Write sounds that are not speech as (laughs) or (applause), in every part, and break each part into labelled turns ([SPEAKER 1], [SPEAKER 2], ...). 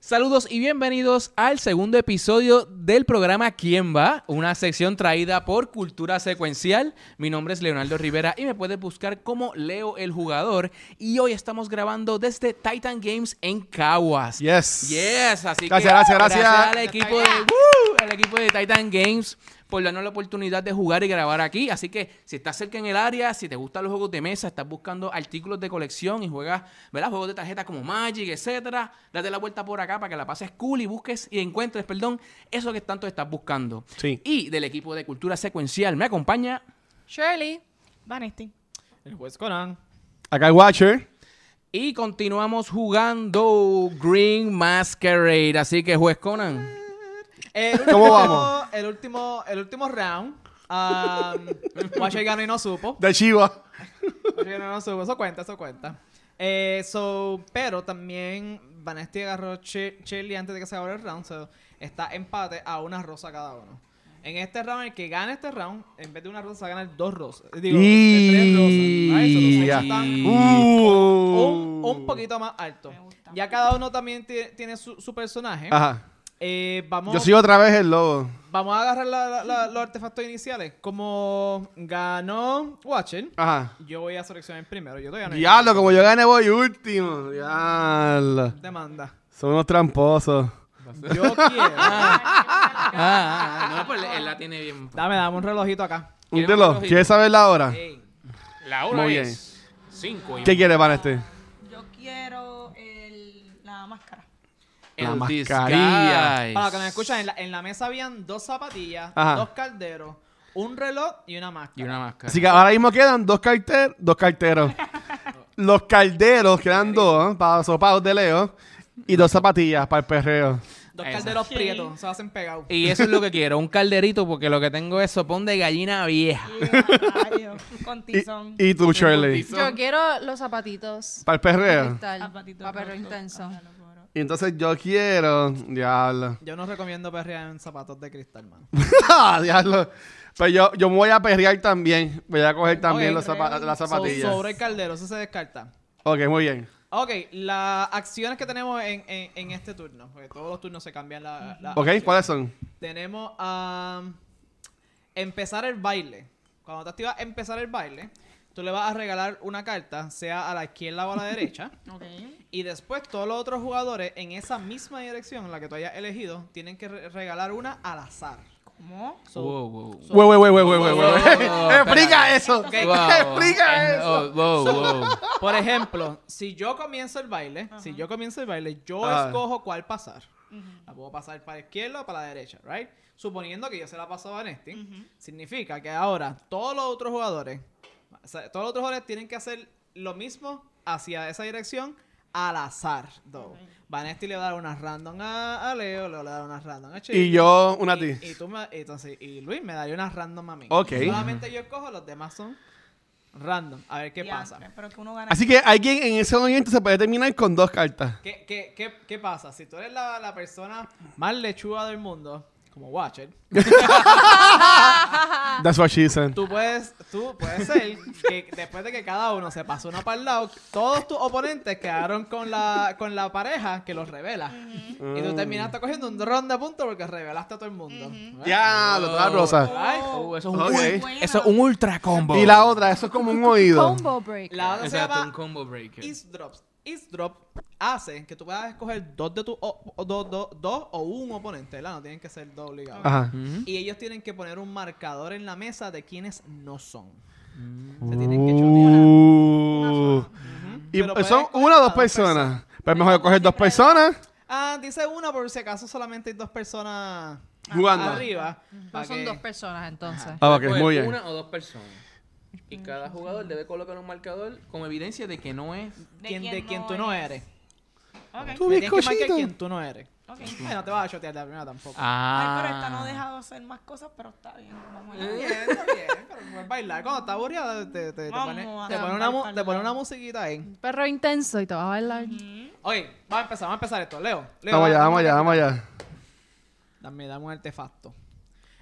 [SPEAKER 1] Saludos y bienvenidos al segundo episodio del programa ¿Quién va? Una sección traída por Cultura Secuencial. Mi nombre es Leonardo Rivera y me puedes buscar como Leo el Jugador. Y hoy estamos grabando desde Titan Games en Caguas.
[SPEAKER 2] Yes.
[SPEAKER 1] Yes, así que
[SPEAKER 2] Gracias, gracias, gracias.
[SPEAKER 1] al equipo, de, ¡Woo! al equipo de Titan Games por darnos la oportunidad de jugar y grabar aquí. Así que si estás cerca en el área, si te gustan los juegos de mesa, estás buscando artículos de colección y juegas, ¿verdad? Juegos de tarjetas como Magic, etcétera, date la vuelta por acá para que la pases cool y busques y encuentres, perdón, eso que tanto estás buscando.
[SPEAKER 2] Sí.
[SPEAKER 1] Y del equipo de Cultura Secuencial me acompaña
[SPEAKER 3] Shirley. Vanesti.
[SPEAKER 4] El juez Conan.
[SPEAKER 2] Acá el Watcher.
[SPEAKER 1] y continuamos jugando Green Masquerade. Así que, juez Conan.
[SPEAKER 4] El
[SPEAKER 2] (laughs) ¿Cómo
[SPEAKER 4] último-
[SPEAKER 2] vamos?
[SPEAKER 4] El último, el último round. Um, (laughs) Watcher ganó y no supo.
[SPEAKER 2] De Chiva.
[SPEAKER 4] Watcher ganó y no supo. Eso cuenta, eso cuenta. Eh, so, pero también Vanesti agarró Chi- Shirley antes de que se acabara el round. So, está empate a una rosa cada uno. En este round, el que gane este round, en vez de una rosa, se va a ganar dos rosas. Digo, tres rosas. Right? So, los seis
[SPEAKER 2] Ya.
[SPEAKER 4] están- un, un poquito más alto.
[SPEAKER 3] Me gusta.
[SPEAKER 4] Ya cada uno también tie- tiene su, su personaje.
[SPEAKER 2] Ajá.
[SPEAKER 4] Eh, vamos,
[SPEAKER 2] Yo soy otra vez el lobo.
[SPEAKER 4] vamos a agarrar la- la- la- los artefactos iniciales. Como ganó Watcher,
[SPEAKER 2] Ajá.
[SPEAKER 4] yo voy a seleccionar el primero. Yo todavía no he-
[SPEAKER 2] Diablo, como yo gané voy último. Diablo.
[SPEAKER 4] Demanda.
[SPEAKER 2] Son unos tramposos.
[SPEAKER 4] Yo (laughs) quiero.
[SPEAKER 1] Ah, no, pues él la tiene bien.
[SPEAKER 4] Dame, dame un relojito acá.
[SPEAKER 1] ¿Quieres
[SPEAKER 2] Un
[SPEAKER 1] un
[SPEAKER 2] reloj.
[SPEAKER 1] relojito?
[SPEAKER 2] ¿Quieres saber la hora?
[SPEAKER 4] Eh.
[SPEAKER 1] La
[SPEAKER 2] Muy
[SPEAKER 1] hora
[SPEAKER 2] bien.
[SPEAKER 1] es 5 y
[SPEAKER 2] ¿Qué quieres para este?
[SPEAKER 3] Yo quiero el- la máscara.
[SPEAKER 2] La
[SPEAKER 1] El
[SPEAKER 2] mascarilla.
[SPEAKER 1] disguise.
[SPEAKER 4] Para los que me escuchan, en la, en la mesa habían dos zapatillas,
[SPEAKER 2] Ajá.
[SPEAKER 4] dos calderos, un reloj y una máscara.
[SPEAKER 1] Y una máscara.
[SPEAKER 2] Así que ahora mismo quedan dos carteros. Dos carteros. Los calderos quedan dos, ¿eh? para los sopados de Leo. Y dos zapatillas para el perreo.
[SPEAKER 4] Dos
[SPEAKER 1] Exacto.
[SPEAKER 4] calderos
[SPEAKER 3] Sí.
[SPEAKER 4] prietos, se hacen pegados.
[SPEAKER 1] Y eso es lo que quiero, un calderito, porque lo que tengo es sopón de gallina vieja.
[SPEAKER 3] Yeah, con
[SPEAKER 2] Y,
[SPEAKER 3] tizón.
[SPEAKER 2] y tú, Shirley.
[SPEAKER 5] Yo quiero los zapatitos.
[SPEAKER 2] Para el perreo.
[SPEAKER 5] Cristal.
[SPEAKER 3] Zapatito
[SPEAKER 5] Pa' perro
[SPEAKER 3] roto.
[SPEAKER 5] intenso.
[SPEAKER 3] Ajá, lo cobro.
[SPEAKER 2] Y entonces yo quiero.
[SPEAKER 4] (laughs)
[SPEAKER 2] Diablo. (laughs)
[SPEAKER 4] Yo no recomiendo perrear en zapatos de cristal, mano.
[SPEAKER 2] Ah, diablo. Pues yo, yo me voy a perrear también. Voy a coger también
[SPEAKER 4] Ok,
[SPEAKER 2] los zapa- las
[SPEAKER 4] So-
[SPEAKER 2] zapatillas.
[SPEAKER 4] sobre el caldero, eso se descarta.
[SPEAKER 2] Ok, muy bien.
[SPEAKER 4] Ok, las acciones que tenemos en, en- en este turno, porque todos los turnos se cambian la, la
[SPEAKER 2] Ok,
[SPEAKER 4] acción.
[SPEAKER 2] ¿cuáles son?
[SPEAKER 4] Tenemos a empezar el baile. Cuando te activas empezar el baile, tú le vas a regalar una carta, sea a la izquierda o a la derecha.
[SPEAKER 3] Ok.
[SPEAKER 4] Y después todos los otros jugadores en esa misma dirección en la que tú hayas elegido, tienen que re- regalar una al azar.
[SPEAKER 3] ¿Cómo?
[SPEAKER 4] So,
[SPEAKER 1] Wow, wow.
[SPEAKER 4] so-
[SPEAKER 2] Güey, güey, güey, güey, güey,
[SPEAKER 1] wow,
[SPEAKER 2] güey,
[SPEAKER 1] wow,
[SPEAKER 2] güey.
[SPEAKER 1] wow,
[SPEAKER 2] (laughs) Explica eso.
[SPEAKER 4] Ok.
[SPEAKER 2] Explica
[SPEAKER 1] Eh,
[SPEAKER 2] eso.
[SPEAKER 1] oh, wow, wow.
[SPEAKER 4] Por ejemplo, si yo comienzo el baile, si yo comienzo el baile, yo
[SPEAKER 2] Ajá.
[SPEAKER 4] escojo cuál pasar. La puedo pasar para la izquierda o para la derecha, ¿right? Suponiendo que yo se la paso a Vanesti, significa que ahora todos los otros jugadores, o sea, todos los otros jugadores tienen que hacer lo mismo hacia esa dirección al azar, though. Vanesti le va a dar una random a, a Leo, Leo le va a dar una random a Chile.
[SPEAKER 2] Y yo, una a ti.
[SPEAKER 4] Y, y tú me- entonces, y Luis me daría una random a mí.
[SPEAKER 2] Ok.
[SPEAKER 4] Solamente yo escojo, los demás son random. A ver qué
[SPEAKER 3] Diantre,
[SPEAKER 4] pasa.
[SPEAKER 3] Pero que uno gana.
[SPEAKER 2] Así que alguien en ese momento se puede terminar con dos cartas.
[SPEAKER 4] ¿Qué, qué, qué, qué pasa? Si tú eres la, la persona más lechuga del mundo, como Watcher,
[SPEAKER 2] That's what she said.
[SPEAKER 4] Ah. tú puedes, tú puedes ser que después de que cada uno se pasó una para el lado, todos tus oponentes quedaron con la, con la pareja que los revela. Y
[SPEAKER 1] Mm.
[SPEAKER 4] tú terminaste cogiendo un ron de puntos porque revelaste a todo el mundo. ¿Verdad?
[SPEAKER 2] Ya, lo todas rosas.
[SPEAKER 4] Ay,
[SPEAKER 1] Oh, eso, es un,
[SPEAKER 2] Ok.
[SPEAKER 1] ul- eso es un ultra combo.
[SPEAKER 2] Y la otra, eso es como un oído.
[SPEAKER 5] Combo break.
[SPEAKER 4] La otra se
[SPEAKER 1] Exacto, un
[SPEAKER 4] llama
[SPEAKER 1] combo breaker.
[SPEAKER 4] Eavesdrops. Eavesdrop hace que tú puedas escoger dos de tu o- o- dos- dos- dos o un oponente, ¿verdad? No tienen que ser dos obligados.
[SPEAKER 2] Ajá.
[SPEAKER 1] Ujú.
[SPEAKER 4] Y ellos tienen que poner un marcador en la mesa de quienes no son.
[SPEAKER 2] Mm.
[SPEAKER 4] Se tienen que chotear.
[SPEAKER 2] Uh. Y
[SPEAKER 4] Pero puedes
[SPEAKER 2] son
[SPEAKER 4] escoger
[SPEAKER 2] una o dos
[SPEAKER 4] hasta dos
[SPEAKER 2] personas. Pues mejor coger dos personas
[SPEAKER 4] Ah, dice una por si acaso solamente hay dos personas
[SPEAKER 2] jugando.
[SPEAKER 4] arriba.
[SPEAKER 5] No
[SPEAKER 4] pa'
[SPEAKER 5] son
[SPEAKER 4] que-
[SPEAKER 5] dos personas entonces.
[SPEAKER 2] Ah, ok, muy
[SPEAKER 1] Puede
[SPEAKER 2] bien.
[SPEAKER 1] Pues, Una o dos personas. Y cada jugador debe colocar un marcador con evidencia de que no es.
[SPEAKER 3] ¿De
[SPEAKER 4] quien- de quien tú no eres.
[SPEAKER 3] Ok.
[SPEAKER 2] Tú,
[SPEAKER 4] Tú tienes que marcar
[SPEAKER 2] bizcochito.
[SPEAKER 4] quien tú no eres.
[SPEAKER 3] ok. Ah.
[SPEAKER 4] Ay, no te vas a chotear de la primera tampoco.
[SPEAKER 1] Ah.
[SPEAKER 3] Ay, pero esta no ha dejado hacer más cosas, pero está bien. Vamos allá.
[SPEAKER 4] Ah, Bien, está bien, pero puedes bailar. Cuando estás aburrida, te, te, te
[SPEAKER 3] Vamos
[SPEAKER 4] pone,
[SPEAKER 3] a
[SPEAKER 4] te pone
[SPEAKER 3] bailar
[SPEAKER 4] una, mu-
[SPEAKER 3] para
[SPEAKER 4] te pone
[SPEAKER 3] el lado.
[SPEAKER 4] una musiquita ahí.
[SPEAKER 5] Perro intenso y te vas a bailar.
[SPEAKER 4] Ok, vamos a empezar, vamos a empezar esto. Leo, Leo.
[SPEAKER 2] Vamos allá,
[SPEAKER 4] dame
[SPEAKER 2] vamos
[SPEAKER 4] una
[SPEAKER 2] allá,
[SPEAKER 4] carta.
[SPEAKER 2] vamos allá.
[SPEAKER 4] Dame, dame un artefacto.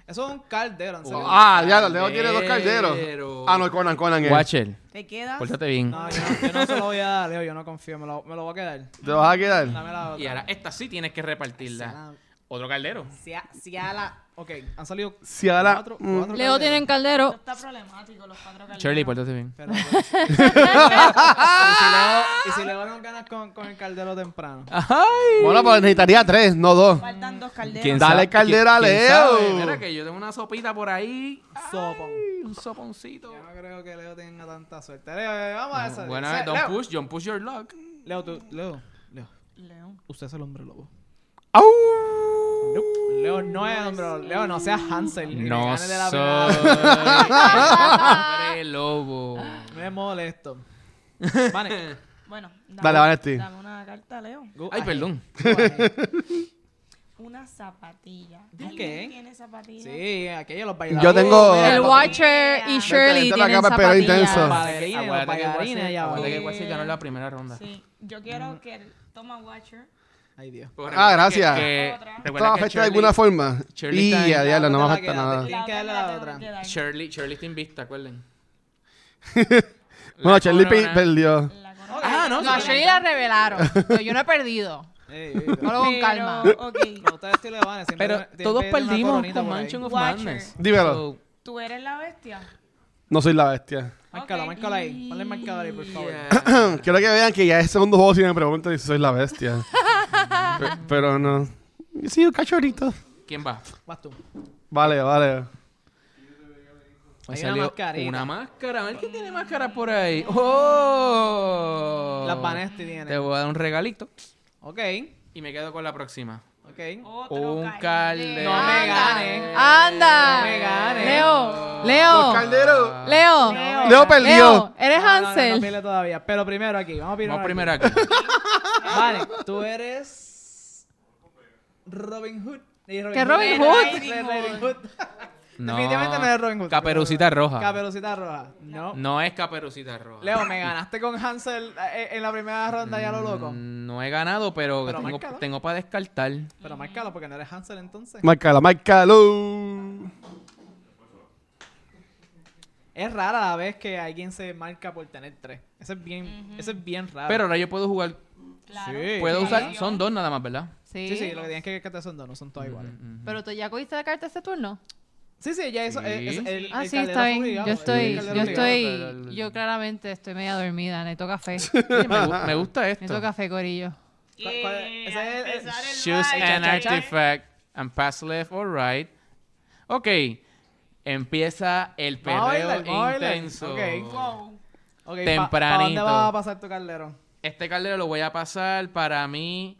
[SPEAKER 4] Eso es un caldero, en serio.
[SPEAKER 2] Ah, ya, Leo tiene dos calderos.
[SPEAKER 1] Caldero.
[SPEAKER 2] Ah, no, Conan, Conan es.
[SPEAKER 1] Watcher,
[SPEAKER 3] ¿Te quedas?
[SPEAKER 1] pórtate bien.
[SPEAKER 4] No, yo no, yo no se lo voy a dar, Leo. Yo no confío. Me lo, me lo voy a quedar.
[SPEAKER 2] ¿Te vas a quedar?
[SPEAKER 4] Dame la otra. Ah.
[SPEAKER 1] Y ahora esta sí tienes que repartirla. Otro caldero.
[SPEAKER 4] Si a, si a la... Ok, han salido
[SPEAKER 2] Si ahora.
[SPEAKER 4] cuatro,
[SPEAKER 2] mm,
[SPEAKER 4] cuatro
[SPEAKER 5] Leo
[SPEAKER 4] calderos.
[SPEAKER 5] tiene en caldero.
[SPEAKER 3] Está problemático los cuatro calderos.
[SPEAKER 1] Shirley, pórtate bien.
[SPEAKER 4] Pero, pues, y si Leo- (laughs) y si Leo no ganas con, con el caldero temprano.
[SPEAKER 2] Bueno, pues necesitaría tres, no dos.
[SPEAKER 3] Faltan dos calderos.
[SPEAKER 1] ¿Quién
[SPEAKER 2] Dale
[SPEAKER 1] sabe?
[SPEAKER 2] caldera a
[SPEAKER 1] ¿Quién- quién
[SPEAKER 2] Leo.
[SPEAKER 1] sabe? Mira que yo tengo una sopita por ahí.
[SPEAKER 4] Sopón.
[SPEAKER 1] Ay, un soponcito.
[SPEAKER 4] Yo no creo que Leo tenga tanta suerte. Leo, Leo, vamos a esa.
[SPEAKER 1] Bueno,
[SPEAKER 4] Se-
[SPEAKER 1] don't
[SPEAKER 4] Leo,
[SPEAKER 1] push, don't push your luck.
[SPEAKER 4] Leo, tú, Leo, Leo,
[SPEAKER 3] León.
[SPEAKER 4] usted es el hombre lobo.
[SPEAKER 2] ¡Au!
[SPEAKER 4] Leo no es el hombre lobo. Leo, no seas Hansel. ni me
[SPEAKER 1] No
[SPEAKER 4] ganes de la
[SPEAKER 1] soy
[SPEAKER 4] primera.
[SPEAKER 1] (laughs) hombre lobo.
[SPEAKER 4] Me
[SPEAKER 1] (laughs)
[SPEAKER 4] molesto. Vale.
[SPEAKER 3] Bueno, dame,
[SPEAKER 2] Dale, Vanesti.
[SPEAKER 3] Dame una carta, Leo.
[SPEAKER 4] Go
[SPEAKER 1] Ay,
[SPEAKER 4] ahead.
[SPEAKER 1] perdón.
[SPEAKER 4] Go ahead.
[SPEAKER 3] Una zapatilla.
[SPEAKER 4] ¿De
[SPEAKER 3] ¿Alguien
[SPEAKER 4] qué?
[SPEAKER 3] tiene zapatillas?
[SPEAKER 4] Sí, aquello, los bailarines.
[SPEAKER 2] Yo tengo-
[SPEAKER 5] El
[SPEAKER 2] Vente,
[SPEAKER 5] Watcher y Shirley
[SPEAKER 2] vente, la
[SPEAKER 5] tienen
[SPEAKER 2] capa, pero
[SPEAKER 5] zapatillas.
[SPEAKER 2] intenso.
[SPEAKER 4] Bailarines, los
[SPEAKER 1] Aguanta que
[SPEAKER 4] bailarines,
[SPEAKER 1] Watcher-
[SPEAKER 4] ya
[SPEAKER 1] aguanta que
[SPEAKER 4] va.
[SPEAKER 1] Watcher ganó la primera ronda.
[SPEAKER 3] Sí. Yo
[SPEAKER 1] Mm.
[SPEAKER 3] quiero que el Toma Watcher.
[SPEAKER 4] Ay, Dios.
[SPEAKER 1] Recuerda
[SPEAKER 2] Ah, gracias.
[SPEAKER 1] que- que-
[SPEAKER 3] Otra.
[SPEAKER 2] Esto
[SPEAKER 1] recuerda
[SPEAKER 2] va a
[SPEAKER 1] que
[SPEAKER 2] afectar de
[SPEAKER 1] Shirley-
[SPEAKER 2] alguna forma.
[SPEAKER 1] Shirley
[SPEAKER 2] Y
[SPEAKER 1] está
[SPEAKER 2] a
[SPEAKER 1] en-
[SPEAKER 2] diablo, no me
[SPEAKER 4] Dame la
[SPEAKER 2] afecta
[SPEAKER 4] que
[SPEAKER 1] Ah.
[SPEAKER 4] date.
[SPEAKER 2] nada.
[SPEAKER 4] Tienes que darle
[SPEAKER 3] me
[SPEAKER 4] la
[SPEAKER 3] tengo
[SPEAKER 4] otra.
[SPEAKER 3] que dar.
[SPEAKER 1] Shirley, Shirley está invicta, acuerden.
[SPEAKER 2] Bueno,
[SPEAKER 1] La
[SPEAKER 2] Shirley pe-
[SPEAKER 1] corona.
[SPEAKER 2] perdió.
[SPEAKER 3] La corona.
[SPEAKER 1] Ah, no,
[SPEAKER 5] No, a
[SPEAKER 1] sí,
[SPEAKER 5] Shirley la revelaron. Pero yo no he perdido.
[SPEAKER 4] Ey, ey, (laughs) pero-
[SPEAKER 5] Háblalo con calma.
[SPEAKER 3] Pero, ok.
[SPEAKER 4] pero ustedes sí le van, siempre-
[SPEAKER 1] Pero
[SPEAKER 4] siempre
[SPEAKER 1] todos
[SPEAKER 4] tiene una
[SPEAKER 1] perdimos
[SPEAKER 4] coronita
[SPEAKER 1] con
[SPEAKER 4] por ahí.
[SPEAKER 1] Mansion of
[SPEAKER 3] Watcher.
[SPEAKER 1] Madness.
[SPEAKER 2] Dímelo.
[SPEAKER 1] So,
[SPEAKER 3] ¿Tú eres la bestia?
[SPEAKER 2] No soy la bestia. (clears throat)
[SPEAKER 4] Márcalo,
[SPEAKER 3] Ok.
[SPEAKER 4] márcalo ahí. Ponle el marcador ahí, por favor.
[SPEAKER 1] yeah.
[SPEAKER 2] Quiero que vean que ya es el segundo juego si me preguntan si soy la bestia. Pe- pero no. Sí, un cachorrito.
[SPEAKER 1] ¿Quién va?
[SPEAKER 4] Vas tú.
[SPEAKER 2] Vale, vale.
[SPEAKER 1] Me
[SPEAKER 4] Hay una
[SPEAKER 1] salió
[SPEAKER 4] mascarita.
[SPEAKER 1] una máscara. A ver quién tiene máscara por ahí. ¡Oh!
[SPEAKER 4] Las Vanesti
[SPEAKER 1] Te
[SPEAKER 4] tiene.
[SPEAKER 1] voy a dar un regalito.
[SPEAKER 4] Ok,
[SPEAKER 1] Y me quedo con la próxima.
[SPEAKER 4] ok.
[SPEAKER 3] Otro
[SPEAKER 1] Un
[SPEAKER 3] calde-
[SPEAKER 1] calde.
[SPEAKER 4] No me ganes.
[SPEAKER 5] Anda.
[SPEAKER 4] No me ganes.
[SPEAKER 5] Leo.
[SPEAKER 2] Los
[SPEAKER 5] Leo.
[SPEAKER 2] calderos.
[SPEAKER 5] Leo.
[SPEAKER 3] Leo.
[SPEAKER 2] Leo perdió.
[SPEAKER 5] Leo, Eres
[SPEAKER 4] No, no, no, No,
[SPEAKER 5] Hansel.
[SPEAKER 4] pierde todavía. Pero primero aquí. Vamos primero
[SPEAKER 1] Vamos
[SPEAKER 4] aquí.
[SPEAKER 1] primero aquí.
[SPEAKER 4] Vale, tú eres Robin Hood. Y Robin
[SPEAKER 5] ¿Qué
[SPEAKER 4] Hood
[SPEAKER 5] Robin
[SPEAKER 4] es-
[SPEAKER 5] Hood?
[SPEAKER 4] es Robin Hood.
[SPEAKER 1] No.
[SPEAKER 4] (laughs) Definitivamente no es Robin Hood.
[SPEAKER 1] Caperucita roja.
[SPEAKER 4] Caperucita roja. No.
[SPEAKER 1] No es Caperucita Roja.
[SPEAKER 4] Leo, me ganaste con Hansel eh, en la primera ronda ya lo loco.
[SPEAKER 1] Mm, No he ganado, pero,
[SPEAKER 4] Pero
[SPEAKER 1] tengo,
[SPEAKER 4] márcalo.
[SPEAKER 1] tengo para descartar.
[SPEAKER 4] Pero márcalo porque no eres Hansel entonces.
[SPEAKER 2] Márcala, márcalo.
[SPEAKER 4] Es rara la vez que alguien se marca por tener tres. Eso es bien, eso es bien raro.
[SPEAKER 1] Pero ahora yo puedo jugar.
[SPEAKER 3] Claro.
[SPEAKER 4] Sí.
[SPEAKER 1] Puedo
[SPEAKER 4] Sí.
[SPEAKER 1] usar. Son dos nada más, ¿verdad?
[SPEAKER 4] Sí, sí, lo que tienes que rescatar son dos, no son todas
[SPEAKER 2] Mm,
[SPEAKER 4] iguales.
[SPEAKER 5] Pero tú ya cogiste la carta este turno.
[SPEAKER 4] Sí, sí, ya eso.
[SPEAKER 1] Sí.
[SPEAKER 4] eh, es- el, el
[SPEAKER 5] Ah, sí,
[SPEAKER 4] caldero
[SPEAKER 5] está
[SPEAKER 4] fue
[SPEAKER 5] bien.
[SPEAKER 4] obligado,
[SPEAKER 5] Yo
[SPEAKER 4] el
[SPEAKER 5] estoy,
[SPEAKER 4] caldero
[SPEAKER 5] yo
[SPEAKER 4] obligado.
[SPEAKER 5] estoy, yo claramente estoy media dormida. Necesito
[SPEAKER 2] (laughs)
[SPEAKER 5] café.
[SPEAKER 1] Oye, me,
[SPEAKER 4] Ah.
[SPEAKER 1] gu- me gusta
[SPEAKER 5] Necesito
[SPEAKER 1] esto.
[SPEAKER 5] café, corillo.
[SPEAKER 4] ¿Cuál- cuál-
[SPEAKER 3] Eh,
[SPEAKER 4] ese es el-
[SPEAKER 3] a empezar el
[SPEAKER 1] Choose
[SPEAKER 3] baile.
[SPEAKER 1] an artifact and pass left or right. Ok. Empieza el
[SPEAKER 4] Vamos a bailar,
[SPEAKER 1] perreo
[SPEAKER 4] vamos a bailar.
[SPEAKER 1] intenso.
[SPEAKER 4] Ok.
[SPEAKER 3] Wow.
[SPEAKER 4] Ok, pa-
[SPEAKER 1] Tempranito.
[SPEAKER 4] ¿Para dónde va a pasar tu caldero?
[SPEAKER 1] Este caldero lo voy a pasar para mi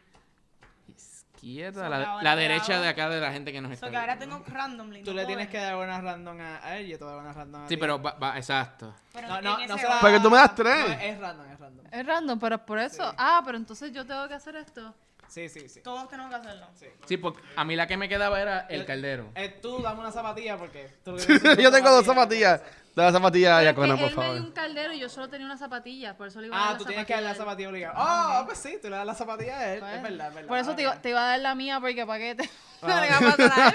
[SPEAKER 1] izquierda,
[SPEAKER 3] So que
[SPEAKER 1] la,
[SPEAKER 3] ahora
[SPEAKER 1] la
[SPEAKER 3] te
[SPEAKER 1] derecha
[SPEAKER 3] hago-
[SPEAKER 1] de acá de la gente que nos está
[SPEAKER 3] So que ahora
[SPEAKER 1] viendo.
[SPEAKER 3] tengo randomly.
[SPEAKER 4] Tú
[SPEAKER 3] no
[SPEAKER 4] le
[SPEAKER 3] puedo ver.
[SPEAKER 4] tienes que dar una random a a él, yo te voy a dar una random a
[SPEAKER 1] Sí,
[SPEAKER 4] ti.
[SPEAKER 1] pero va, va- exacto.
[SPEAKER 3] Pero
[SPEAKER 4] No,
[SPEAKER 3] en
[SPEAKER 4] no,
[SPEAKER 3] ese
[SPEAKER 4] no se la-
[SPEAKER 3] va-
[SPEAKER 2] Porque tú me das tres.
[SPEAKER 4] No, es random, es random.
[SPEAKER 5] Es random, pero por eso. Ah, pero entonces yo tengo que hacer esto.
[SPEAKER 4] Sí, sí, sí.
[SPEAKER 3] Todos tenemos que hacerlo.
[SPEAKER 1] Sí, porque a mí la que me quedaba era el caldero.
[SPEAKER 4] Eh, tú dame una zapatilla porque... tú
[SPEAKER 2] (laughs)
[SPEAKER 4] lo que tienes
[SPEAKER 2] Yo
[SPEAKER 4] son
[SPEAKER 2] tengo dos zapatillas. Dame la zapatilla
[SPEAKER 5] Pero
[SPEAKER 2] ya,
[SPEAKER 5] es que
[SPEAKER 2] Conan, por
[SPEAKER 5] él me dio
[SPEAKER 2] favor.
[SPEAKER 5] un caldero y yo solo tenía una zapatilla, por eso le iba a
[SPEAKER 4] Ah,
[SPEAKER 5] dar
[SPEAKER 4] tú
[SPEAKER 5] la
[SPEAKER 4] tienes que darle la
[SPEAKER 5] zapatilla.
[SPEAKER 4] zapatilla obligada. Ah, pues sí, tú le das la zapatilla a él.
[SPEAKER 5] Pues,
[SPEAKER 4] Es verdad, es verdad.
[SPEAKER 5] Por eso te iba,
[SPEAKER 4] Ah,
[SPEAKER 5] te iba a dar la mía porque para qué te (laughs)
[SPEAKER 4] Ah.
[SPEAKER 5] le iba a pasar a él,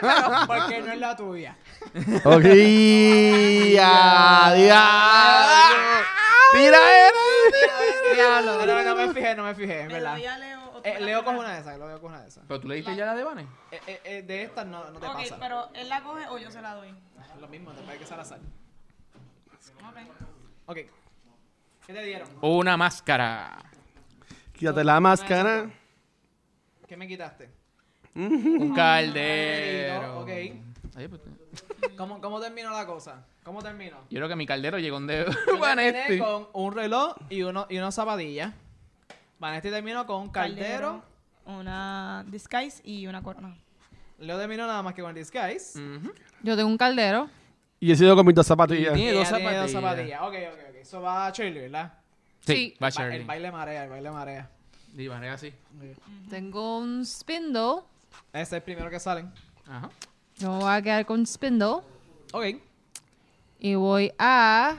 [SPEAKER 4] (laughs)
[SPEAKER 5] pero-
[SPEAKER 4] Porque no es la tuya.
[SPEAKER 2] Ok. ya, diablo. Tira, era.
[SPEAKER 4] Diablo. No, no me fijé, no me fijé, es
[SPEAKER 3] Le doy
[SPEAKER 4] verdad.
[SPEAKER 3] a Leo. otra
[SPEAKER 4] Eh, Leo coge
[SPEAKER 3] carta.
[SPEAKER 4] una de esas, Leo coge una de esas.
[SPEAKER 1] Pero tú le diste ya la de Vane.
[SPEAKER 4] Eh, eh, eh, de estas no, no te
[SPEAKER 3] Ok,
[SPEAKER 4] pasa.
[SPEAKER 3] pero él la coge o yo se la doy.
[SPEAKER 4] Lo mismo, te parece que es al azar.
[SPEAKER 3] Ok.
[SPEAKER 4] Ok. ¿Qué te dieron?
[SPEAKER 1] Una máscara.
[SPEAKER 2] Quítate la máscara.
[SPEAKER 4] ¿Qué me quitaste?
[SPEAKER 1] Un caldero.
[SPEAKER 4] Ok.
[SPEAKER 1] Ay, pues,
[SPEAKER 4] ¿Cómo, cómo terminó la cosa? ¿Cómo terminó?
[SPEAKER 1] yo creo que mi caldero llegó donde
[SPEAKER 4] Yo terminé
[SPEAKER 1] (laughs) Vanesti.
[SPEAKER 4] con un reloj y uno y una zapadilla. Vanesti terminó con un caldero.
[SPEAKER 3] Una disguise y una corona.
[SPEAKER 4] Leo terminó nada más que con disguise.
[SPEAKER 1] Ujú.
[SPEAKER 5] (laughs) Yo tengo un caldero.
[SPEAKER 2] Y he sido con mis dos zapatillas.
[SPEAKER 1] Tiene
[SPEAKER 4] Y
[SPEAKER 1] dos
[SPEAKER 4] ella tiene
[SPEAKER 1] zapatillas.
[SPEAKER 4] Ok, ok, ok. Eso va a Shirley, ¿verdad?
[SPEAKER 1] Sí,
[SPEAKER 5] Sí.
[SPEAKER 1] va
[SPEAKER 4] Va-
[SPEAKER 1] Shirley.
[SPEAKER 4] El baile marea, el baile marea.
[SPEAKER 1] Y Vanega sí.
[SPEAKER 5] Tengo un spindle.
[SPEAKER 4] Ese es el primero que salen.
[SPEAKER 1] Ajá.
[SPEAKER 5] Yo me voy a quedar con spindle.
[SPEAKER 4] Ok.
[SPEAKER 5] Y voy a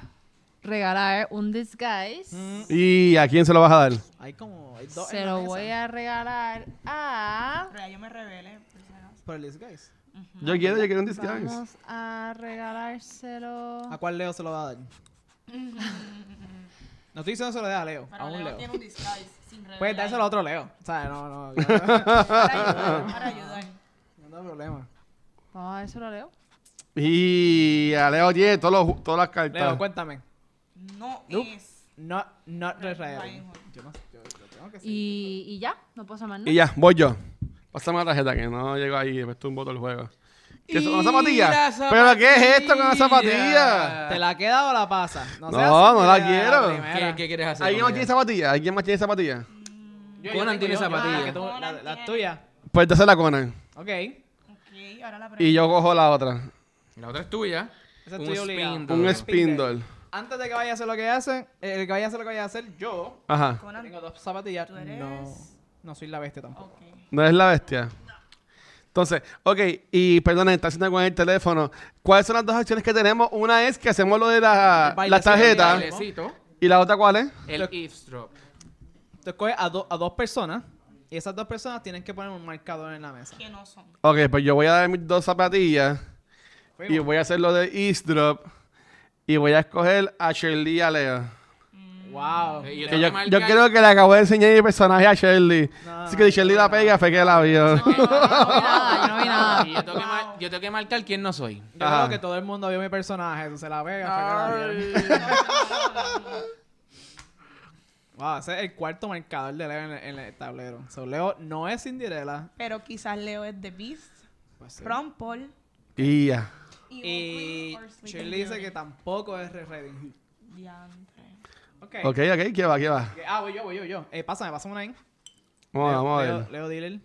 [SPEAKER 5] regalar un disguise.
[SPEAKER 4] Mm,
[SPEAKER 2] ¿Y a quién se lo vas a dar?
[SPEAKER 4] hay como hay dos en
[SPEAKER 5] Se
[SPEAKER 4] la
[SPEAKER 5] lo
[SPEAKER 4] mesa.
[SPEAKER 5] voy a regalar a...
[SPEAKER 3] Pero ya yo me revelé. por si acaso.
[SPEAKER 4] Por el disguise.
[SPEAKER 2] Yo quiero, yo quiero un disguise.
[SPEAKER 5] Vamos a regalárselo.
[SPEAKER 4] ¿A cuál Leo se lo va
[SPEAKER 5] (laughs)
[SPEAKER 4] a dar? No estoy diciendo se lo dé a Leo, a
[SPEAKER 3] Pero
[SPEAKER 4] un
[SPEAKER 3] Leo
[SPEAKER 4] Leo.
[SPEAKER 3] tiene un disguise
[SPEAKER 4] (laughs)
[SPEAKER 3] sin revelar.
[SPEAKER 4] Puedes dárselo a otro Leo. O sea, no,
[SPEAKER 1] (laughs)
[SPEAKER 4] no, no,
[SPEAKER 3] Para ayudar, para ayudar.
[SPEAKER 4] no hay problema.
[SPEAKER 5] Vamos a ver si lo leo.
[SPEAKER 2] Y a Leo tiene todos los- todas las
[SPEAKER 4] Leo,
[SPEAKER 2] cartas.
[SPEAKER 4] cuéntame.
[SPEAKER 3] No
[SPEAKER 4] Nope.
[SPEAKER 3] es.
[SPEAKER 4] No, not
[SPEAKER 3] Red
[SPEAKER 4] Israel.
[SPEAKER 3] Lionheart.
[SPEAKER 4] Yo no yo, yo tengo que seguir.
[SPEAKER 5] Y, y ya, no puedo más nada.
[SPEAKER 2] Y ya, voy yo. Pásame la tarjeta que no llego ahí, después tú un voto el juego. ¿Qué son las
[SPEAKER 1] Y
[SPEAKER 2] zapatillas?
[SPEAKER 1] la
[SPEAKER 2] ¿Pero qué es esto con las
[SPEAKER 1] zapatilla.
[SPEAKER 2] zapatillas?
[SPEAKER 4] ¿Te la queda o la pasa?
[SPEAKER 2] No,
[SPEAKER 4] seas
[SPEAKER 2] no la
[SPEAKER 4] sincera,
[SPEAKER 2] quiero.
[SPEAKER 4] primera.
[SPEAKER 1] ¿Qué, qué quieres hacer?
[SPEAKER 2] ¿Alguien
[SPEAKER 1] con
[SPEAKER 2] más tiene
[SPEAKER 1] ella?
[SPEAKER 2] zapatillas? ¿Alguien más tiene zapatillas?
[SPEAKER 4] Yo- yo
[SPEAKER 1] Conan
[SPEAKER 4] tengo-
[SPEAKER 1] tiene
[SPEAKER 4] yo- yo-
[SPEAKER 1] zapatillas.
[SPEAKER 4] ah, que tú- la-
[SPEAKER 3] Conan
[SPEAKER 4] Las
[SPEAKER 3] tiene.
[SPEAKER 4] tuyas.
[SPEAKER 2] Pues entonces la Conan.
[SPEAKER 4] Ok. Ese
[SPEAKER 3] Ok, ahora la pregunta.
[SPEAKER 2] Y yo cojo la otra.
[SPEAKER 1] La otra es tuya.
[SPEAKER 4] es
[SPEAKER 1] Un
[SPEAKER 4] tuyo obligado.
[SPEAKER 1] spin,
[SPEAKER 2] Un
[SPEAKER 1] Todo.
[SPEAKER 2] spindle.
[SPEAKER 4] Antes de que vaya a hacer lo que hace, el que vaya a hacer lo que vaya a hacer, yo
[SPEAKER 2] Ajá.
[SPEAKER 3] Conan,
[SPEAKER 4] tengo dos zapatillas.
[SPEAKER 3] Tú eres-
[SPEAKER 4] No, no soy la bestia tampoco.
[SPEAKER 3] ok.
[SPEAKER 2] ¿No es la bestia? Entonces, ok, y perdona, está haciendo con el teléfono. ¿Cuáles son las dos acciones que tenemos? Una es que hacemos lo de la,
[SPEAKER 4] El bailecito,
[SPEAKER 2] la tarjeta.
[SPEAKER 4] el baile.
[SPEAKER 1] Bailecito.
[SPEAKER 2] ¿Y la otra cuál es?
[SPEAKER 1] El eavesdrop.
[SPEAKER 3] Oh.
[SPEAKER 4] Tú escoges a, do- a dos personas y esas dos personas tienen que poner un marcador en la mesa.
[SPEAKER 3] Que no son.
[SPEAKER 2] Ok, pues yo voy a dar mis dos zapatillas y
[SPEAKER 4] Fuimos.
[SPEAKER 2] voy a hacer lo de eavesdrop y voy a escoger a Shirley y a Leo.
[SPEAKER 4] Wow.
[SPEAKER 1] Y yo tengo
[SPEAKER 2] Que yo,
[SPEAKER 1] que
[SPEAKER 2] yo
[SPEAKER 1] marcar-
[SPEAKER 2] creo que le acabo de enseñar mi personaje a Shirley.
[SPEAKER 4] No,
[SPEAKER 2] Así que si Shirley la pega, fue que la vio.
[SPEAKER 5] No, yo no vi nada, yo no vi nada.
[SPEAKER 1] Y yo tengo que mar- yo tengo que marcar quién no soy.
[SPEAKER 4] Yo
[SPEAKER 2] Ajá.
[SPEAKER 4] creo que todo el mundo vio mi personaje, eso se la pega. fue que la vieron.
[SPEAKER 2] (laughs)
[SPEAKER 4] Wow, ese es el cuarto marcador de Leo en el, en el tablero. So, Leo no es Cinderella.
[SPEAKER 3] Pero quizás Leo es The Beast,
[SPEAKER 4] Pues sí.
[SPEAKER 3] Ron Paul
[SPEAKER 2] (laughs) Y ya.
[SPEAKER 4] Y Shirley dice que tampoco es Red Riding Hood.
[SPEAKER 3] Diantre.
[SPEAKER 4] Ok.
[SPEAKER 2] Ok, ok, ¿qué va? ¿Qué va?
[SPEAKER 4] Ah, voy yo, voy yo, yo. Eh, pásame, pásame una ahí.
[SPEAKER 2] Vamos,
[SPEAKER 4] Leo,
[SPEAKER 2] vamos a ver.
[SPEAKER 4] Leo, Leo Diller.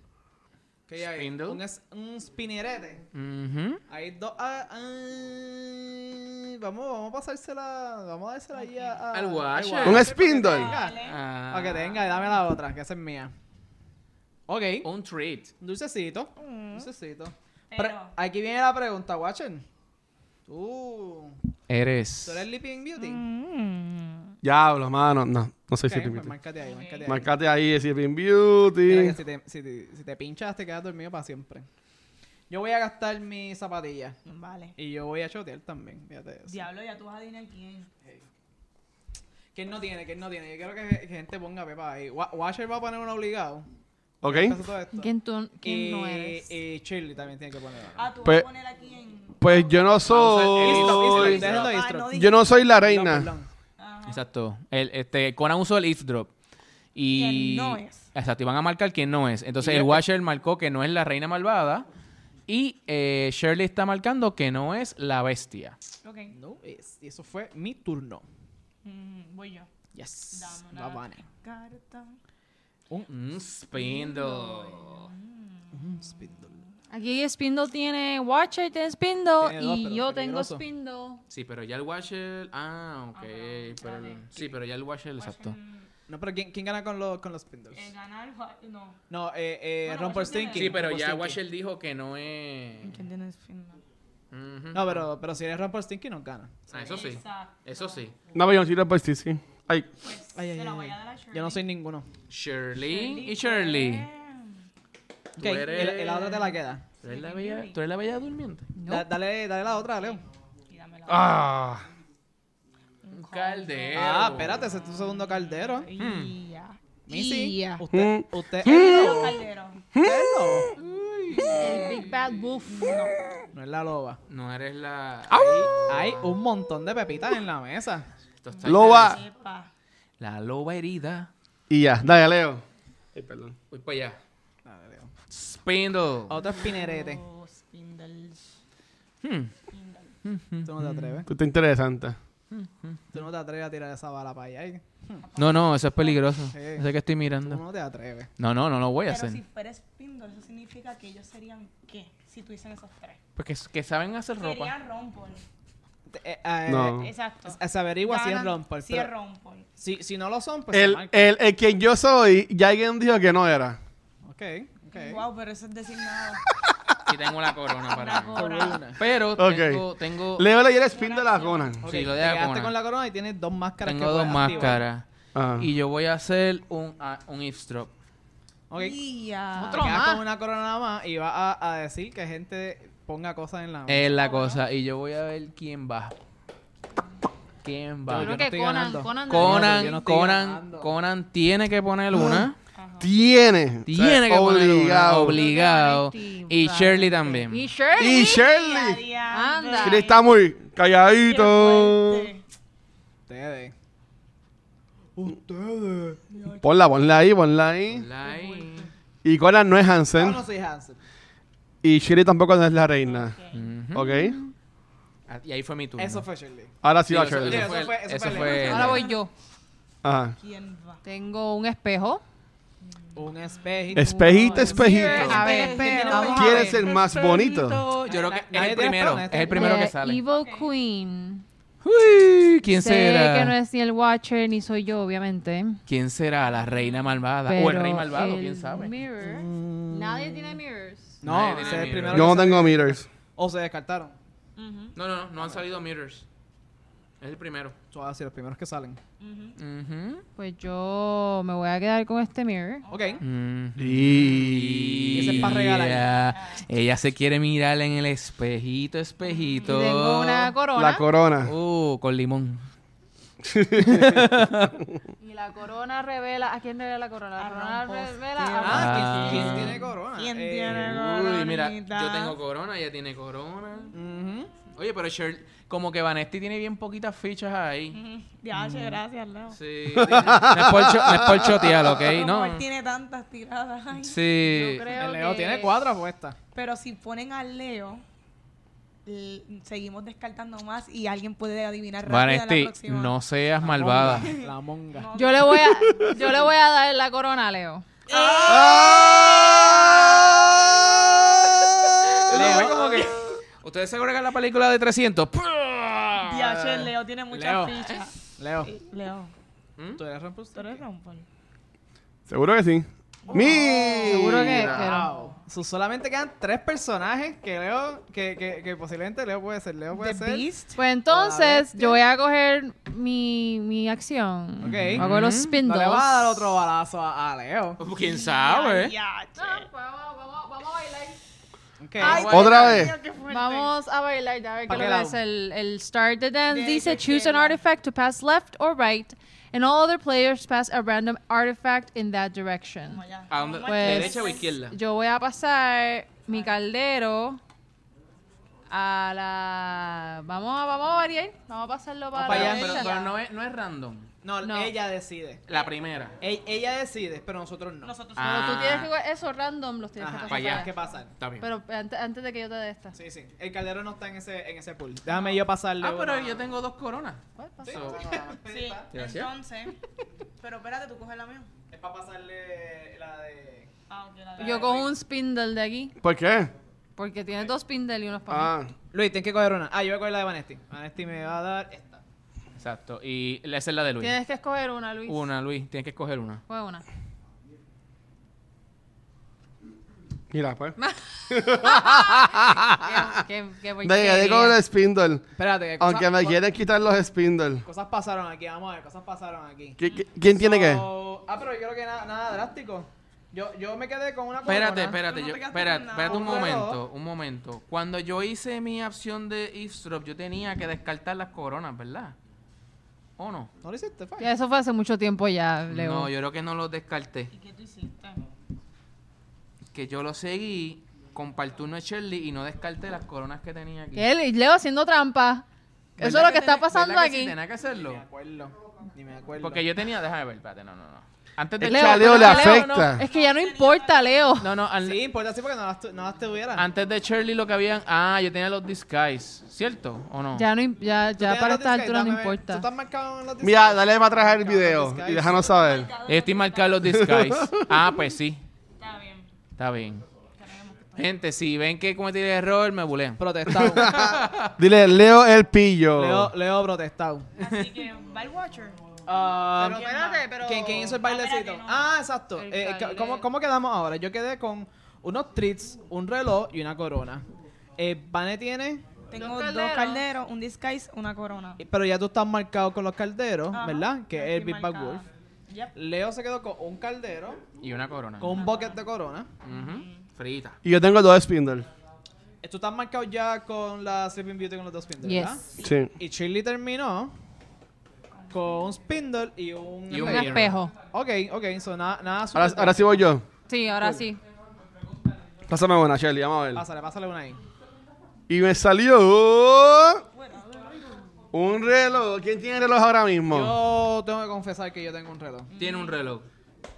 [SPEAKER 4] ¿Qué hay? ahí?
[SPEAKER 1] Spindle.
[SPEAKER 4] Un, es- un spinerete.
[SPEAKER 1] Ujú.
[SPEAKER 4] Hay dos. ah, ah, vamos, vamos a pasársela. Vamos a dársela ahí a, a-
[SPEAKER 1] Al
[SPEAKER 4] al
[SPEAKER 1] Washer.
[SPEAKER 4] Washer
[SPEAKER 1] Un
[SPEAKER 4] para que
[SPEAKER 2] Spindle.
[SPEAKER 4] tenga.
[SPEAKER 3] Dale.
[SPEAKER 1] Ah,
[SPEAKER 4] Para que tenga, dame la otra, que esa es mía. Ok.
[SPEAKER 1] Un treat.
[SPEAKER 4] Un dulcecito.
[SPEAKER 3] Mm.
[SPEAKER 4] Dulcecito.
[SPEAKER 3] Pero-
[SPEAKER 4] Pre- aquí viene la pregunta, Watchen. Tú.
[SPEAKER 1] Eres.
[SPEAKER 4] ¿Tú eres Sleeping Beauty?
[SPEAKER 3] Mm.
[SPEAKER 2] Diablo, mano. No, no soy
[SPEAKER 4] Ok,
[SPEAKER 2] Sleeping
[SPEAKER 4] pues
[SPEAKER 2] Beauty.
[SPEAKER 4] márcate ahí, márcate ahí.
[SPEAKER 2] Marcate ahí, Sleeping
[SPEAKER 4] Mira
[SPEAKER 2] Beauty.
[SPEAKER 4] que si te, si, te, si te pinchas, te quedas dormido para siempre. Yo voy a gastar mis zapatillas.
[SPEAKER 3] Vale.
[SPEAKER 4] Y yo voy a chotear también. Fíjate eso.
[SPEAKER 3] Diablo, ya tú vas a adivinar quién.
[SPEAKER 4] ¿Quién no tiene? ¿Quién no tiene? Yo quiero que, que gente ponga pepa ahí. Wa- Washer va a poner un obligado.
[SPEAKER 2] Ok.
[SPEAKER 4] Pasa todo esto.
[SPEAKER 5] ¿Quién tú quién
[SPEAKER 4] y,
[SPEAKER 5] no eres?
[SPEAKER 4] y Shirley también tiene que poner. algo.
[SPEAKER 3] Ah, tú
[SPEAKER 2] Pues-
[SPEAKER 3] vas a poner a quién.
[SPEAKER 2] Pues yo no
[SPEAKER 1] Vamos a hacer
[SPEAKER 2] soy.
[SPEAKER 1] el eavesdrop.
[SPEAKER 4] Déjalo ahí,
[SPEAKER 3] Ah,
[SPEAKER 4] Strop.
[SPEAKER 3] no
[SPEAKER 2] Yo no soy la
[SPEAKER 4] No,
[SPEAKER 2] reina.
[SPEAKER 4] perdón.
[SPEAKER 3] Ajá.
[SPEAKER 1] Exacto. El, este, Conan usó el eavesdrop. Y.
[SPEAKER 3] Quién no es.
[SPEAKER 1] Exacto, y van a marcar quién no es. Entonces
[SPEAKER 4] Y
[SPEAKER 1] el
[SPEAKER 4] yo-
[SPEAKER 1] Watcher marcó que no es la reina malvada. Y eh, Shirley está marcando que no es la bestia.
[SPEAKER 3] Ok.
[SPEAKER 4] No, es- y eso fue mi turno.
[SPEAKER 3] Mm, voy yo.
[SPEAKER 4] Yes.
[SPEAKER 3] Dame
[SPEAKER 4] Va
[SPEAKER 3] una
[SPEAKER 4] Vane.
[SPEAKER 3] carta.
[SPEAKER 1] Un spindle.
[SPEAKER 4] Un spindle.
[SPEAKER 5] Aquí Spindle tiene Watcher, tiene Spindle
[SPEAKER 4] Tiene dos,
[SPEAKER 5] Oh, y
[SPEAKER 4] pero
[SPEAKER 5] yo
[SPEAKER 4] es
[SPEAKER 5] tengo
[SPEAKER 4] peligroso.
[SPEAKER 5] Spindle.
[SPEAKER 1] Sí, pero ya el Watcher. Ah, ok.
[SPEAKER 3] Ajá,
[SPEAKER 1] pero,
[SPEAKER 3] dale.
[SPEAKER 1] sí, pero ya el Watcher, exacto.
[SPEAKER 3] Mm,
[SPEAKER 4] No, pero ¿quién, quién gana con, los con los spindles?
[SPEAKER 3] eh, ganar, va- no.
[SPEAKER 4] No, eh, eh,
[SPEAKER 3] Bueno,
[SPEAKER 4] Ron
[SPEAKER 3] Watcher tiene-
[SPEAKER 4] Porstinky.
[SPEAKER 1] Sí, pero ya
[SPEAKER 4] Ron Porstinky.
[SPEAKER 1] Watcher dijo que no es.
[SPEAKER 3] ¿Quién tiene Spindle?
[SPEAKER 1] Ujú.
[SPEAKER 4] No, pero, pero si eres Ron Porstinky, nos gana.
[SPEAKER 1] Ah, eso sí.
[SPEAKER 3] Exacto.
[SPEAKER 1] Eso sí.
[SPEAKER 2] No, pero yo no soy la bestia, sí. Ay,
[SPEAKER 3] Pues
[SPEAKER 4] Ay, ay,
[SPEAKER 3] se la
[SPEAKER 4] ay,
[SPEAKER 3] voy a
[SPEAKER 4] ay.
[SPEAKER 3] dar a Shirley.
[SPEAKER 4] Yo no soy ninguno.
[SPEAKER 1] Shirley y Shirley.
[SPEAKER 3] Damn.
[SPEAKER 1] Tú
[SPEAKER 4] Ok, y la- y
[SPEAKER 1] eres-
[SPEAKER 4] la otra te la queda.
[SPEAKER 1] ¿Tú eres la bella, tú eres la bella durmiente?
[SPEAKER 4] Da- dale, dale la otra, Leo.
[SPEAKER 3] Y dame la
[SPEAKER 2] ah.
[SPEAKER 1] Un caldero.
[SPEAKER 4] Ah, espérate, ese es tu segundo caldero. Hmm.
[SPEAKER 3] Y ya.
[SPEAKER 4] Missy,
[SPEAKER 5] Ya.
[SPEAKER 4] usted, usted es
[SPEAKER 3] Los
[SPEAKER 4] lobo.
[SPEAKER 3] calderos.
[SPEAKER 4] Usted es lobo.
[SPEAKER 5] El Big Bad Wolf.
[SPEAKER 4] No es la loba.
[SPEAKER 1] No eres la.
[SPEAKER 4] Hay un montón de pepitas en la mesa.
[SPEAKER 1] Esto está-
[SPEAKER 2] Loba.
[SPEAKER 3] Epa.
[SPEAKER 1] La loba herida.
[SPEAKER 2] Y ya, dale, Leo. Ay, perdón.
[SPEAKER 1] Voy para allá.
[SPEAKER 4] Dale, Leo.
[SPEAKER 1] Spindle.
[SPEAKER 4] Otro espinerete.
[SPEAKER 3] Los spindles.
[SPEAKER 1] Hmm.
[SPEAKER 4] Tú no te atreves.
[SPEAKER 2] Tú estás interesante.
[SPEAKER 4] Tú no te atreves a tirar esa bala para allá. ¿eh?
[SPEAKER 1] No, no, eso es peligroso.
[SPEAKER 4] Sí.
[SPEAKER 1] Eso que estoy
[SPEAKER 4] Tú
[SPEAKER 1] mirando.
[SPEAKER 4] no te atreves.
[SPEAKER 1] No, no, no lo voy a
[SPEAKER 3] Pero
[SPEAKER 1] hacer.
[SPEAKER 3] si fuera spindle, eso significa que ellos serían qué si tuviesen esos tres.
[SPEAKER 1] Porque es- Pues que saben hacer (laughs) ropa.
[SPEAKER 3] Serían rompol.
[SPEAKER 4] Te- eh, eh,
[SPEAKER 2] No.
[SPEAKER 3] Exacto.
[SPEAKER 4] se- Se averigua si es
[SPEAKER 3] Ganan
[SPEAKER 4] Ron Paul,
[SPEAKER 3] Si es
[SPEAKER 4] pero
[SPEAKER 3] rompol.
[SPEAKER 4] Si, si no lo son, pues se
[SPEAKER 2] El, eh.
[SPEAKER 4] marca.
[SPEAKER 2] el, el que yo soy, ya alguien dijo que no era.
[SPEAKER 4] Ok, ok.
[SPEAKER 3] Wow, pero eso es designado.
[SPEAKER 4] (laughs)
[SPEAKER 1] Si tengo la corona para
[SPEAKER 5] La
[SPEAKER 1] mí.
[SPEAKER 5] corona.
[SPEAKER 4] Por una.
[SPEAKER 1] Pero
[SPEAKER 2] Ok.
[SPEAKER 1] tengo, tengo,
[SPEAKER 2] Leo le dio el spin de la Conan.
[SPEAKER 4] Ok,
[SPEAKER 1] Sí, lo
[SPEAKER 4] te
[SPEAKER 1] deja
[SPEAKER 4] quedaste
[SPEAKER 1] con una.
[SPEAKER 4] con la corona y tienes dos máscaras que
[SPEAKER 1] tengo dos
[SPEAKER 4] puedes activar.
[SPEAKER 1] máscaras.
[SPEAKER 2] Ah.
[SPEAKER 1] Y yo voy a hacer un, a- un eavesdrop.
[SPEAKER 4] Ok. Ok.
[SPEAKER 3] Ya.
[SPEAKER 4] Te
[SPEAKER 5] Otro
[SPEAKER 4] quedas
[SPEAKER 5] más.
[SPEAKER 4] con una corona nada más y vas a, a decir que gente ponga cosas en la
[SPEAKER 2] Ah.
[SPEAKER 4] mano.
[SPEAKER 1] Es la cosa. Y yo voy a ver quién va. ¿Quién
[SPEAKER 5] Yo
[SPEAKER 1] va?
[SPEAKER 4] yo no
[SPEAKER 5] creo que
[SPEAKER 4] estoy
[SPEAKER 5] Conan,
[SPEAKER 4] ganando.
[SPEAKER 5] Conan, debe-
[SPEAKER 4] yo
[SPEAKER 1] Conan,
[SPEAKER 4] no estoy
[SPEAKER 1] Conan,
[SPEAKER 4] ganando.
[SPEAKER 1] Conan tiene que poner una.
[SPEAKER 2] Tiene.
[SPEAKER 1] Tiene que poner una.
[SPEAKER 2] Ah. obligado.
[SPEAKER 1] Obligado.
[SPEAKER 5] Yo creo que
[SPEAKER 1] Y
[SPEAKER 5] Conan
[SPEAKER 1] Shirley
[SPEAKER 5] es
[SPEAKER 1] también.
[SPEAKER 5] Y Shirley.
[SPEAKER 2] Y
[SPEAKER 3] Ya,
[SPEAKER 2] Shirley.
[SPEAKER 3] diantre.
[SPEAKER 5] Anda.
[SPEAKER 2] Shirley está muy
[SPEAKER 3] Qué
[SPEAKER 2] calladito.
[SPEAKER 3] fuerte.
[SPEAKER 4] Ustedes.
[SPEAKER 2] Ponla, ponla ahí, ponla ahí.
[SPEAKER 1] Lai.
[SPEAKER 2] Y Conan no es Hansen.
[SPEAKER 4] Yo no soy Hansen.
[SPEAKER 2] Y Shirley tampoco no es la reina.
[SPEAKER 1] Ujú.
[SPEAKER 2] ¿Ok?
[SPEAKER 1] Ah, Y ahí fue mi turno.
[SPEAKER 4] Eso fue Shirley.
[SPEAKER 2] Ahora sí
[SPEAKER 1] Sí,
[SPEAKER 2] va
[SPEAKER 1] eso-
[SPEAKER 2] Shirley.
[SPEAKER 1] Eso fue.
[SPEAKER 4] Eso
[SPEAKER 1] Eso
[SPEAKER 4] fue-
[SPEAKER 1] fue.
[SPEAKER 5] Ahora voy yo.
[SPEAKER 2] Ajá.
[SPEAKER 3] ¿Quién va?
[SPEAKER 5] Tengo un espejo.
[SPEAKER 4] Un espejito.
[SPEAKER 2] Espejito, espejito.
[SPEAKER 5] A ver, espero. Vamos a
[SPEAKER 2] ¿Quién
[SPEAKER 5] ver.
[SPEAKER 2] es el más bonito?
[SPEAKER 1] Yo creo que
[SPEAKER 4] Nadie
[SPEAKER 1] es el
[SPEAKER 4] tiene
[SPEAKER 1] primero.
[SPEAKER 4] razón,
[SPEAKER 1] Es
[SPEAKER 4] este-
[SPEAKER 1] el primero que
[SPEAKER 5] The
[SPEAKER 1] sale.
[SPEAKER 5] Evil Queen.
[SPEAKER 1] Uy, ¿quién
[SPEAKER 5] sé
[SPEAKER 1] será?
[SPEAKER 5] que no es ni el Watcher ni soy yo, obviamente.
[SPEAKER 1] ¿Quién será? La reina malvada. o el
[SPEAKER 5] pero
[SPEAKER 1] rey malvado, quién
[SPEAKER 5] el
[SPEAKER 1] sabe.
[SPEAKER 5] mirror- Nadie tiene mirrors.
[SPEAKER 1] Nadie
[SPEAKER 4] No,
[SPEAKER 1] tiene
[SPEAKER 4] ese es el
[SPEAKER 1] miedo.
[SPEAKER 4] primero.
[SPEAKER 2] Yo no
[SPEAKER 4] que sale.
[SPEAKER 2] tengo meters.
[SPEAKER 4] O se descartaron.
[SPEAKER 3] Ujú,
[SPEAKER 1] No, no, no, no han salido mirrors. Es el primero.
[SPEAKER 4] Tú vas a decir los primeros que salen.
[SPEAKER 3] ujú.
[SPEAKER 5] Pues yo me voy a quedar con este mirror.
[SPEAKER 4] Ok.
[SPEAKER 1] Mm-hmm. Y
[SPEAKER 4] Ese es pa' regalar.
[SPEAKER 1] Ella, ella se quiere mirar en el espejito,
[SPEAKER 5] Y
[SPEAKER 1] espejito.
[SPEAKER 5] tengo una corona.
[SPEAKER 2] La corona.
[SPEAKER 1] Uh, con limón.
[SPEAKER 5] y la corona revela. ¿A quién revela la corona? La
[SPEAKER 3] A
[SPEAKER 5] corona
[SPEAKER 3] Ron
[SPEAKER 5] revela.
[SPEAKER 3] Postel.
[SPEAKER 5] a-
[SPEAKER 1] Ah.
[SPEAKER 4] Ah, ¿quién, quién tiene corona?
[SPEAKER 3] ¿Quién
[SPEAKER 4] Eh,
[SPEAKER 3] tiene
[SPEAKER 1] Uy, mira,
[SPEAKER 3] coronita?
[SPEAKER 1] yo tengo corona, ella tiene corona.
[SPEAKER 4] ujú.
[SPEAKER 1] Oye, pero Shirley, como que Vanesti tiene bien poquitas fichas ahí.
[SPEAKER 5] Mm.
[SPEAKER 4] Mm.
[SPEAKER 3] Ujú. Ya, che, gracias, Leo.
[SPEAKER 1] Sí. sí. (laughs) No es por, cho- no es por chotear, ¿ok?
[SPEAKER 3] Pero como
[SPEAKER 1] No.
[SPEAKER 3] él tiene tantas tiradas. ay.
[SPEAKER 1] Sí.
[SPEAKER 5] Yo creo
[SPEAKER 4] El Leo
[SPEAKER 5] que-
[SPEAKER 4] tiene cuatro apuestas.
[SPEAKER 3] Pero si ponen a Leo, l- seguimos descartando más y alguien puede adivinar rápido la
[SPEAKER 1] Vanesti,
[SPEAKER 3] próxima.
[SPEAKER 1] este, no seas malvada.
[SPEAKER 4] La monga.
[SPEAKER 3] No.
[SPEAKER 5] Yo le voy a, yo le voy a dar la corona a Leo.
[SPEAKER 1] ¡Ah! Leo.
[SPEAKER 4] Leo, como que.
[SPEAKER 1] ¿Ustedes se acuerdan de la película de 300?
[SPEAKER 3] Ya, che, Leo tiene muchas
[SPEAKER 4] Leo.
[SPEAKER 3] fichas.
[SPEAKER 4] Leo,
[SPEAKER 3] Leo,
[SPEAKER 4] tú eres
[SPEAKER 3] tú eres
[SPEAKER 4] Rumpelstiltskin.
[SPEAKER 3] Rumpel.
[SPEAKER 2] Seguro que sí.
[SPEAKER 5] Seguro
[SPEAKER 2] Mira.
[SPEAKER 5] que. pero-
[SPEAKER 4] Wow. So, solamente quedan tres personajes que Leo, que, que, que posiblemente Leo puede ser. Leo puede
[SPEAKER 3] The
[SPEAKER 4] ser.
[SPEAKER 3] Beast.
[SPEAKER 5] Pues entonces, yo voy a coger mi, mi acción.
[SPEAKER 4] Ok.
[SPEAKER 5] Voy a coger los
[SPEAKER 4] No
[SPEAKER 5] spindles.
[SPEAKER 4] le vas a dar otro balazo a, a Leo.
[SPEAKER 1] Pues, ¿Quién sabe?
[SPEAKER 3] Ya, che.
[SPEAKER 5] Ah, pues vamos, vamos, vamos a bailar.
[SPEAKER 4] Ok.
[SPEAKER 3] Ay,
[SPEAKER 2] Otra
[SPEAKER 3] Dios
[SPEAKER 2] vez.
[SPEAKER 3] mío, qué fuerte.
[SPEAKER 5] Vamos a bailar, ya a ver
[SPEAKER 4] ¿Pa
[SPEAKER 5] qué
[SPEAKER 4] qué
[SPEAKER 5] lo
[SPEAKER 4] lado?
[SPEAKER 5] ves. El, el start the dance
[SPEAKER 3] Derecha,
[SPEAKER 5] dice choose an
[SPEAKER 3] izquierda.
[SPEAKER 5] artifact to pass left or right, and all other players pass a random artifact in that direction.
[SPEAKER 3] Vamos allá.
[SPEAKER 1] ¿A dónde?
[SPEAKER 3] Vamos
[SPEAKER 5] Pues-
[SPEAKER 1] ¿Derecha o izquierda?
[SPEAKER 5] Yo voy a pasar mi caldero a la. Vamos a, vamos a variar. Vamos a pasarlo para,
[SPEAKER 4] para
[SPEAKER 5] la
[SPEAKER 4] allá,
[SPEAKER 1] pero,
[SPEAKER 5] derecha.
[SPEAKER 1] pero no, es, no es random.
[SPEAKER 4] No,
[SPEAKER 5] No.
[SPEAKER 4] ella decide.
[SPEAKER 1] La primera.
[SPEAKER 4] E- ella decide, pero nosotros no.
[SPEAKER 3] Nosotros
[SPEAKER 1] Ah.
[SPEAKER 5] Pero tú tienes que. coger- Eso random los tienes
[SPEAKER 4] Ajá,
[SPEAKER 5] que
[SPEAKER 1] para allá.
[SPEAKER 5] pasar. para
[SPEAKER 4] tienes
[SPEAKER 5] allá.
[SPEAKER 4] que pasar.
[SPEAKER 1] Está bien. Ah,
[SPEAKER 5] Pero antes, antes de que yo te dé esta.
[SPEAKER 4] Sí, sí. El caldero no está en ese, en ese pool. Déjame yo pasarle.
[SPEAKER 1] ah, pero
[SPEAKER 4] uno.
[SPEAKER 1] yo tengo dos coronas.
[SPEAKER 5] ¿Cuál pasó? (laughs)
[SPEAKER 1] So-
[SPEAKER 3] Sí,
[SPEAKER 1] Gracias.
[SPEAKER 3] entonces. Pero espérate, tú coges la mía.
[SPEAKER 4] Es para pasarle la de.
[SPEAKER 3] Ah, ok, la
[SPEAKER 5] Yo cojo un spindle de aquí.
[SPEAKER 2] ¿Por qué?
[SPEAKER 5] Porque tiene dos spindles y unos para mí.
[SPEAKER 2] Ah.
[SPEAKER 4] Luis, tienes que coger una. Ah, yo voy a coger la de Vanesti. Vanesti me va a dar esta.
[SPEAKER 1] Exacto. Y esa es la de Luis.
[SPEAKER 5] Tienes que escoger una, Luis.
[SPEAKER 1] Una, Luis. Tienes que escoger una.
[SPEAKER 5] Fue una.
[SPEAKER 2] Mira, pues.
[SPEAKER 1] Ah.
[SPEAKER 5] Qué- qué porquería.
[SPEAKER 2] Llegué con el spindle.
[SPEAKER 4] Espérate, que
[SPEAKER 2] Aunque
[SPEAKER 4] cosas-
[SPEAKER 2] me
[SPEAKER 4] co-
[SPEAKER 2] quieren quitar los spindles.
[SPEAKER 4] Cosas pasaron aquí, vamos a ver, cosas pasaron aquí.
[SPEAKER 2] ¿Qui- qui- ¿Quién tiene que?
[SPEAKER 4] So- Ah, pero yo creo que nada, nada drástico. Yo, yo me quedé con una corona.
[SPEAKER 1] Espérate, espérate,
[SPEAKER 3] Tú no
[SPEAKER 1] yo-
[SPEAKER 3] te quedaste
[SPEAKER 1] espérate,
[SPEAKER 3] con nada.
[SPEAKER 1] espérate un
[SPEAKER 4] Un reloj.
[SPEAKER 1] momento, un momento. Cuando yo hice mi opción de eavesdrop, yo tenía que descartar las coronas, ¿verdad? ¿O no?
[SPEAKER 4] No lo hiciste, fine.
[SPEAKER 5] Ya, eso fue hace mucho tiempo ya, Leo.
[SPEAKER 1] No, yo creo que no los descarté.
[SPEAKER 3] ¿Y qué tú hiciste?
[SPEAKER 1] Que yo los seguí, compartí uno de Shirley y no descarté las coronas que tenía aquí.
[SPEAKER 5] Que él- Leo haciendo trampa. Eso es lo que, está pasando
[SPEAKER 1] Sí,
[SPEAKER 5] aquí.
[SPEAKER 1] tenía que
[SPEAKER 4] Ni me
[SPEAKER 1] hacerlo.
[SPEAKER 4] acuerdo. Ni me acuerdo.
[SPEAKER 1] Porque yo tenía, déjame ver, espérate, no, no, no. Antes de
[SPEAKER 2] Es que a Leo
[SPEAKER 5] pero
[SPEAKER 2] le
[SPEAKER 5] no,
[SPEAKER 2] afecta.
[SPEAKER 5] no, es que ya no importa, Leo.
[SPEAKER 1] No, no, al-
[SPEAKER 4] Sí, importa sí porque no las, tu- no las tuvieran.
[SPEAKER 1] antes de Shirley lo que habían, ah, yo tenía los disguise, ¿cierto o no?
[SPEAKER 5] Ya, no, im- ya, ya para esta altura no
[SPEAKER 4] ¿Tú
[SPEAKER 5] importa.
[SPEAKER 4] estás marcado en los
[SPEAKER 2] Mira,
[SPEAKER 4] disguise?
[SPEAKER 2] dale para atrás el
[SPEAKER 4] Marcado en los
[SPEAKER 2] video
[SPEAKER 4] disguise.
[SPEAKER 2] y déjanos saber.
[SPEAKER 1] Estoy marcando los disguise.
[SPEAKER 2] (laughs)
[SPEAKER 1] Ah, pues sí.
[SPEAKER 3] Está bien.
[SPEAKER 1] Está bien. Gente, si ven que cometí el error, me bulean.
[SPEAKER 2] (laughs)
[SPEAKER 4] Protestado. (laughs)
[SPEAKER 2] Dile, Leo el pillo.
[SPEAKER 4] Leo, Leo protestado.
[SPEAKER 3] Así que, ¿va el Watcher?
[SPEAKER 4] Ah,
[SPEAKER 5] Pero espérate, pero-
[SPEAKER 4] ¿Quién, quién hizo el
[SPEAKER 3] Ah, espérate,
[SPEAKER 4] bailecito?
[SPEAKER 3] no.
[SPEAKER 4] Ah, exacto.
[SPEAKER 5] El
[SPEAKER 4] Eh,
[SPEAKER 5] baile.
[SPEAKER 4] ¿cómo, cómo quedamos ahora? Yo quedé con unos treats, un reloj y una corona. Eh, Vane tiene...
[SPEAKER 3] Tengo
[SPEAKER 5] Dos
[SPEAKER 3] dos calderos.
[SPEAKER 5] calderos.
[SPEAKER 3] un disguise, una corona.
[SPEAKER 4] Pero ya tú estás marcado con los calderos,
[SPEAKER 3] Ajá,
[SPEAKER 4] ¿verdad? Que es el
[SPEAKER 3] estoy
[SPEAKER 4] Big Bad
[SPEAKER 3] marcada.
[SPEAKER 4] Wolf.
[SPEAKER 3] Yep.
[SPEAKER 4] Leo se quedó con un caldero,
[SPEAKER 1] Y una corona.
[SPEAKER 4] con un bucket de corona.
[SPEAKER 3] Mm.
[SPEAKER 1] Ujú. Frita.
[SPEAKER 2] Y yo tengo dos spindles.
[SPEAKER 4] Tú estás marcado ya con la Sleeping Beauty con los dos spindles, ¿verdad?
[SPEAKER 5] Yes.
[SPEAKER 2] Sí.
[SPEAKER 4] Y Shirley terminó con un spindle y un...
[SPEAKER 1] Y
[SPEAKER 5] Un
[SPEAKER 1] Mira.
[SPEAKER 5] espejo.
[SPEAKER 4] Ok, ok, so nada, nada
[SPEAKER 2] Ahora,
[SPEAKER 4] super-
[SPEAKER 2] ahora sí voy yo.
[SPEAKER 5] Sí, ahora sí.
[SPEAKER 2] Pásame una, Shelly, vamos a ver.
[SPEAKER 4] Pásale, pásale una ahí.
[SPEAKER 2] Y me salió un reloj. ¿Quién tiene reloj ahora mismo?
[SPEAKER 4] Yo tengo que confesar que yo tengo un reloj.
[SPEAKER 1] Tiene un reloj.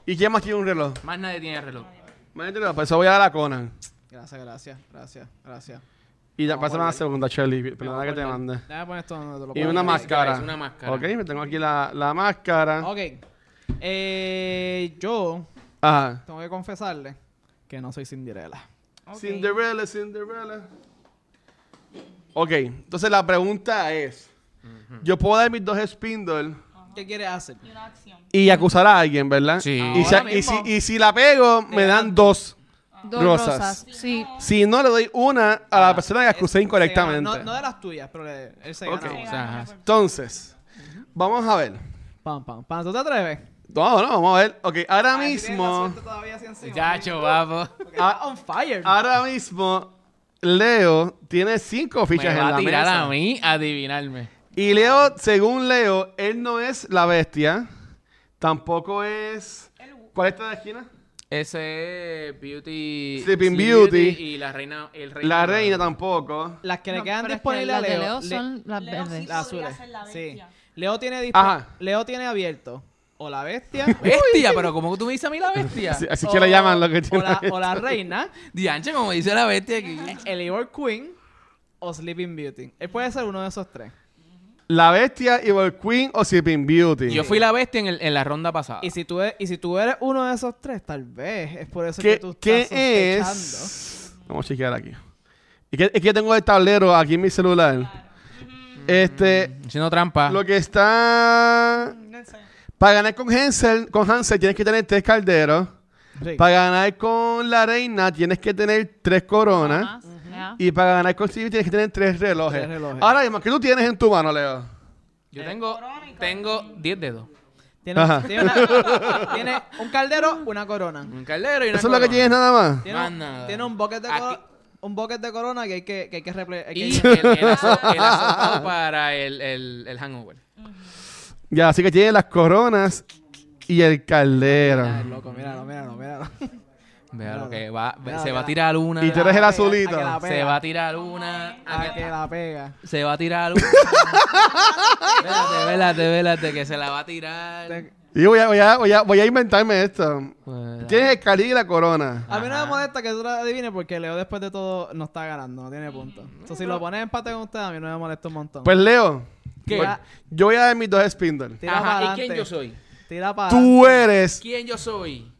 [SPEAKER 2] ¿Y quién más tiene un reloj?
[SPEAKER 1] Más nadie tiene reloj.
[SPEAKER 2] Más tiene reloj. Pues eso voy a dar a Conan.
[SPEAKER 4] Gracias, gracias, gracias, gracias.
[SPEAKER 2] Y ya,
[SPEAKER 4] Vamos a
[SPEAKER 2] pásame la
[SPEAKER 4] guardar.
[SPEAKER 2] segunda, Shelly.
[SPEAKER 4] Me voy
[SPEAKER 2] Perdona
[SPEAKER 4] a
[SPEAKER 2] que te
[SPEAKER 4] acordar.
[SPEAKER 2] mande.
[SPEAKER 4] Déjame poner esto donde te lo
[SPEAKER 2] Y
[SPEAKER 4] pongo.
[SPEAKER 2] una
[SPEAKER 1] guardar,
[SPEAKER 2] máscara.
[SPEAKER 1] guys, una máscara.
[SPEAKER 2] Ok, me tengo aquí la, la máscara.
[SPEAKER 4] Ok. Eh, yo
[SPEAKER 2] Ajá.
[SPEAKER 4] tengo que confesarle que no soy Cinderella.
[SPEAKER 2] Cinderella, Cinderella. Ok, entonces la pregunta es: Yo puedo dar mis dos spindles
[SPEAKER 4] ¿Qué quieres hacer?
[SPEAKER 3] Y una acción.
[SPEAKER 2] y acusar a alguien, ¿verdad?
[SPEAKER 1] Sí.
[SPEAKER 2] Y si,
[SPEAKER 4] Ahora
[SPEAKER 2] y si-
[SPEAKER 4] mismo.
[SPEAKER 2] y si la pego, me dan dos.
[SPEAKER 5] Dos
[SPEAKER 2] Rosas.
[SPEAKER 5] rosas. Sí.
[SPEAKER 2] Si no, le doy una a la persona que acusé
[SPEAKER 4] Ah, Se
[SPEAKER 2] incorrectamente.
[SPEAKER 4] ganó- No, no de las tuyas, pero le- él se
[SPEAKER 2] Ok.
[SPEAKER 4] ganó.
[SPEAKER 1] O sea, ajá.
[SPEAKER 2] Entonces, vamos a ver.
[SPEAKER 4] Pam, pam, pam. ¿Tú te atreves?
[SPEAKER 2] No, no, vamos a ver. Ok, ahora
[SPEAKER 4] Ay, si tienes la
[SPEAKER 2] mismo, Ah.
[SPEAKER 4] suerte todavía así encima.
[SPEAKER 1] Muchacho, vamos.
[SPEAKER 4] Porque está on fire.
[SPEAKER 2] ahora mismo, Leo tiene cinco
[SPEAKER 1] Me
[SPEAKER 2] fichas en
[SPEAKER 1] va
[SPEAKER 2] la
[SPEAKER 1] a tirar
[SPEAKER 2] mesa.
[SPEAKER 1] a mí a adivinarme.
[SPEAKER 2] Y Leo, según Leo, él no es la bestia. Tampoco es. ¿Cuál es esta de esquina?
[SPEAKER 1] Ese es Beauty.
[SPEAKER 2] Sleeping
[SPEAKER 1] Sleeping
[SPEAKER 2] Beauty.
[SPEAKER 1] Y la reina. El reino
[SPEAKER 2] La
[SPEAKER 1] dorado.
[SPEAKER 2] reina tampoco.
[SPEAKER 4] Las que le
[SPEAKER 5] No,
[SPEAKER 4] quedan
[SPEAKER 5] pero es que
[SPEAKER 4] disponibles a
[SPEAKER 5] las de
[SPEAKER 4] Leo.
[SPEAKER 5] Leo
[SPEAKER 4] le-
[SPEAKER 5] son las
[SPEAKER 3] Leo sí
[SPEAKER 5] verdes.
[SPEAKER 4] las
[SPEAKER 3] podría
[SPEAKER 4] azules.
[SPEAKER 3] ser la
[SPEAKER 4] Sí.
[SPEAKER 3] bestia.
[SPEAKER 4] Leo tiene, dispo-
[SPEAKER 2] Ajá.
[SPEAKER 4] Leo tiene abierto o
[SPEAKER 2] (laughs)
[SPEAKER 4] la bestia.
[SPEAKER 1] Bestia, pero como tú me dices a mí la bestia.
[SPEAKER 2] Así, así
[SPEAKER 4] Oh,
[SPEAKER 2] que le llaman lo que
[SPEAKER 4] o
[SPEAKER 2] tiene.
[SPEAKER 4] la, o la reina,
[SPEAKER 1] Dianche, como dice la bestia aquí.
[SPEAKER 4] el Evil Queen o Sleeping Beauty. Él puede ser uno de esos tres.
[SPEAKER 2] La bestia, Evil Queen o Sleeping Beauty.
[SPEAKER 1] Yo fui la bestia en, el- en la ronda
[SPEAKER 2] Ah.
[SPEAKER 1] pasada.
[SPEAKER 4] Y si, tú eres, y si tú eres uno de esos tres, tal vez es por eso que
[SPEAKER 2] ¿Qué,
[SPEAKER 4] tú estás
[SPEAKER 2] qué
[SPEAKER 4] sospechando.
[SPEAKER 2] es? Vamos a chequear aquí. Es que, es que yo tengo el tablero aquí en mi celular. Este,
[SPEAKER 1] Haciendo trampa.
[SPEAKER 2] lo que está.
[SPEAKER 4] Mm,
[SPEAKER 3] No sé.
[SPEAKER 2] Para ganar con Hansel, con Hansel tienes que tener tres calderos.
[SPEAKER 4] Sí.
[SPEAKER 2] Para ganar con la reina tienes que tener tres coronas.
[SPEAKER 5] Ajá. Ajá.
[SPEAKER 2] Y para ganar con Stevie tienes que tener tres relojes.
[SPEAKER 4] Tres relojes.
[SPEAKER 2] Ahora mismo, ¿qué tú tienes en tu mano, Leo?
[SPEAKER 1] Yo tengo. Tengo 10 dedos.
[SPEAKER 4] Tiene,
[SPEAKER 2] Ajá.
[SPEAKER 4] tiene una- tiene un caldero, una corona.
[SPEAKER 1] Un caldero y una
[SPEAKER 2] Eso es lo que
[SPEAKER 1] corona.
[SPEAKER 2] tienes nada más.
[SPEAKER 4] Tiene,
[SPEAKER 1] Más
[SPEAKER 4] un,
[SPEAKER 1] nada.
[SPEAKER 4] tiene un bucket de
[SPEAKER 1] Aquí-
[SPEAKER 4] corona. Un bucket de corona que hay que, que, hay que reple- hay que-
[SPEAKER 1] Y el, el
[SPEAKER 4] (laughs)
[SPEAKER 1] aso- el asopado para el, el, el hangover.
[SPEAKER 2] Ya, así que tienes las coronas y el caldero.
[SPEAKER 4] Ay, loco, míralo, míralo, míralo.
[SPEAKER 1] Vea
[SPEAKER 4] Claro.
[SPEAKER 1] lo que va. ve-
[SPEAKER 4] Claro,
[SPEAKER 1] se va a
[SPEAKER 4] claro.
[SPEAKER 1] tirar una.
[SPEAKER 2] Y tú eres el
[SPEAKER 4] Ah,
[SPEAKER 2] azulito.
[SPEAKER 4] que la
[SPEAKER 1] Se
[SPEAKER 4] pega.
[SPEAKER 1] va a tirar una.
[SPEAKER 4] A que la pega.
[SPEAKER 1] Se va a tirar
[SPEAKER 4] (laughs)
[SPEAKER 1] una. vélate, vélate, vélate, que se la va a tirar.
[SPEAKER 4] Te-
[SPEAKER 2] Y yo voy a, voy a- voy a- voy a inventarme esto.
[SPEAKER 1] Pues,
[SPEAKER 2] Tienes el caldero y la corona.
[SPEAKER 4] A mí no
[SPEAKER 1] Ajá.
[SPEAKER 4] me molesta que tú la adivines porque Leo después de todo no está ganando, no tiene punto.
[SPEAKER 1] Mm,
[SPEAKER 4] Entonces si lo pones empate con usted, a mí no me molesta un montón.
[SPEAKER 2] Pues Leo,
[SPEAKER 4] ¿Qué?
[SPEAKER 2] voy- yo voy a dar mis dos spindles.
[SPEAKER 4] tira
[SPEAKER 1] Ajá,
[SPEAKER 4] para
[SPEAKER 1] ¿y quién yo soy?
[SPEAKER 4] Tira para
[SPEAKER 2] Tú eres,
[SPEAKER 1] ¿Quién yo soy?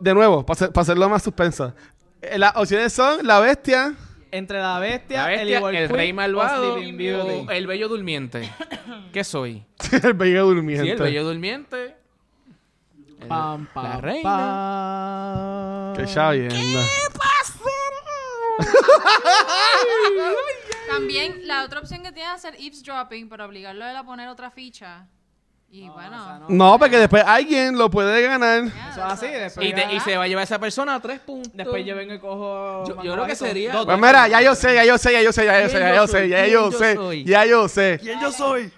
[SPEAKER 2] de nuevo, para, hacerlo más suspensa. Eh, Las opciones son la bestia. (laughs)
[SPEAKER 4] Entre la bestia,
[SPEAKER 1] La bestia,
[SPEAKER 4] Evil
[SPEAKER 1] el,
[SPEAKER 4] Queen
[SPEAKER 1] rey
[SPEAKER 4] o
[SPEAKER 1] malvado Oh,
[SPEAKER 4] Sleeping Beauty.
[SPEAKER 1] o el bello durmiente. ¿Qué soy?
[SPEAKER 2] el bello
[SPEAKER 1] Sí,
[SPEAKER 2] durmiente.
[SPEAKER 1] el bello durmiente. El-
[SPEAKER 4] Pam, pam,
[SPEAKER 1] eh, la reina.
[SPEAKER 4] pam.
[SPEAKER 2] Que ya viendo.
[SPEAKER 5] También la otra opción que tiene es hacer eavesdropping para obligarlo a él a poner otra ficha. Y bueno.
[SPEAKER 4] esa no.
[SPEAKER 2] No, porque después alguien lo puede ganar.
[SPEAKER 5] ya,
[SPEAKER 4] Eso es así,
[SPEAKER 5] eso-
[SPEAKER 4] Ah, después,
[SPEAKER 1] Y,
[SPEAKER 4] ya-
[SPEAKER 1] te- y se va a llevar esa persona a tres puntos.
[SPEAKER 4] después yo vengo y cojo.
[SPEAKER 1] Yo- yo
[SPEAKER 4] mango
[SPEAKER 1] creo que
[SPEAKER 4] bajito.
[SPEAKER 1] sería-
[SPEAKER 4] Dos,
[SPEAKER 2] Pues
[SPEAKER 4] dos.
[SPEAKER 2] mira, ya yo sé, ya yo sé, ya yo sé, ya yo sé,
[SPEAKER 1] ¿Quién
[SPEAKER 2] ya
[SPEAKER 1] yo
[SPEAKER 2] yo sé,
[SPEAKER 1] soy?
[SPEAKER 2] ya
[SPEAKER 1] ¿Quién
[SPEAKER 2] yo
[SPEAKER 1] yo
[SPEAKER 2] sé,
[SPEAKER 1] soy?
[SPEAKER 2] ya yo sé.
[SPEAKER 6] ¿Quién yo soy?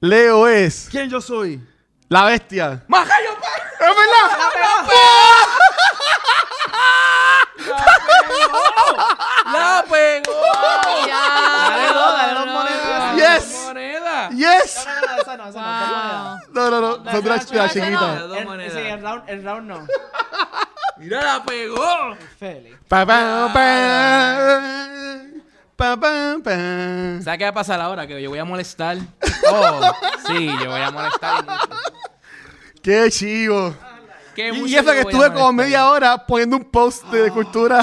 [SPEAKER 2] Leo es
[SPEAKER 6] ¿Quién yo soy?
[SPEAKER 2] la bestia.
[SPEAKER 1] ¡Maja, yo pa-
[SPEAKER 2] ¡Es verdad!
[SPEAKER 1] ¡La pegó!
[SPEAKER 5] Ya,
[SPEAKER 4] Dale dos, dale dos
[SPEAKER 5] bro.
[SPEAKER 4] monedas.
[SPEAKER 2] Yes.
[SPEAKER 1] ¡Moneda!
[SPEAKER 2] ¡Yes!
[SPEAKER 4] No, no, no, esa no, esa no, dos monedas.
[SPEAKER 5] Wow.
[SPEAKER 2] No, no, no, son de las de las
[SPEAKER 5] no, no, no.
[SPEAKER 2] chiquitas.
[SPEAKER 1] Dos
[SPEAKER 4] El-
[SPEAKER 1] monedas.
[SPEAKER 4] sí, el round, el round no.
[SPEAKER 1] ¡Mira, la pegó!
[SPEAKER 4] Feli.
[SPEAKER 2] Pa, pa, pa. Pa, pa, pa.
[SPEAKER 1] ¿Sabes qué va a pasar ahora? Que yo voy a molestar. Oh, sí, yo voy a molestar. mucho.
[SPEAKER 2] ¡Qué chivo!
[SPEAKER 1] Qué
[SPEAKER 2] Y-
[SPEAKER 1] mucho
[SPEAKER 2] Y eso
[SPEAKER 1] yo
[SPEAKER 2] que
[SPEAKER 1] voy a
[SPEAKER 2] estuve como
[SPEAKER 1] molestar.
[SPEAKER 2] media hora poniendo un post de cultura.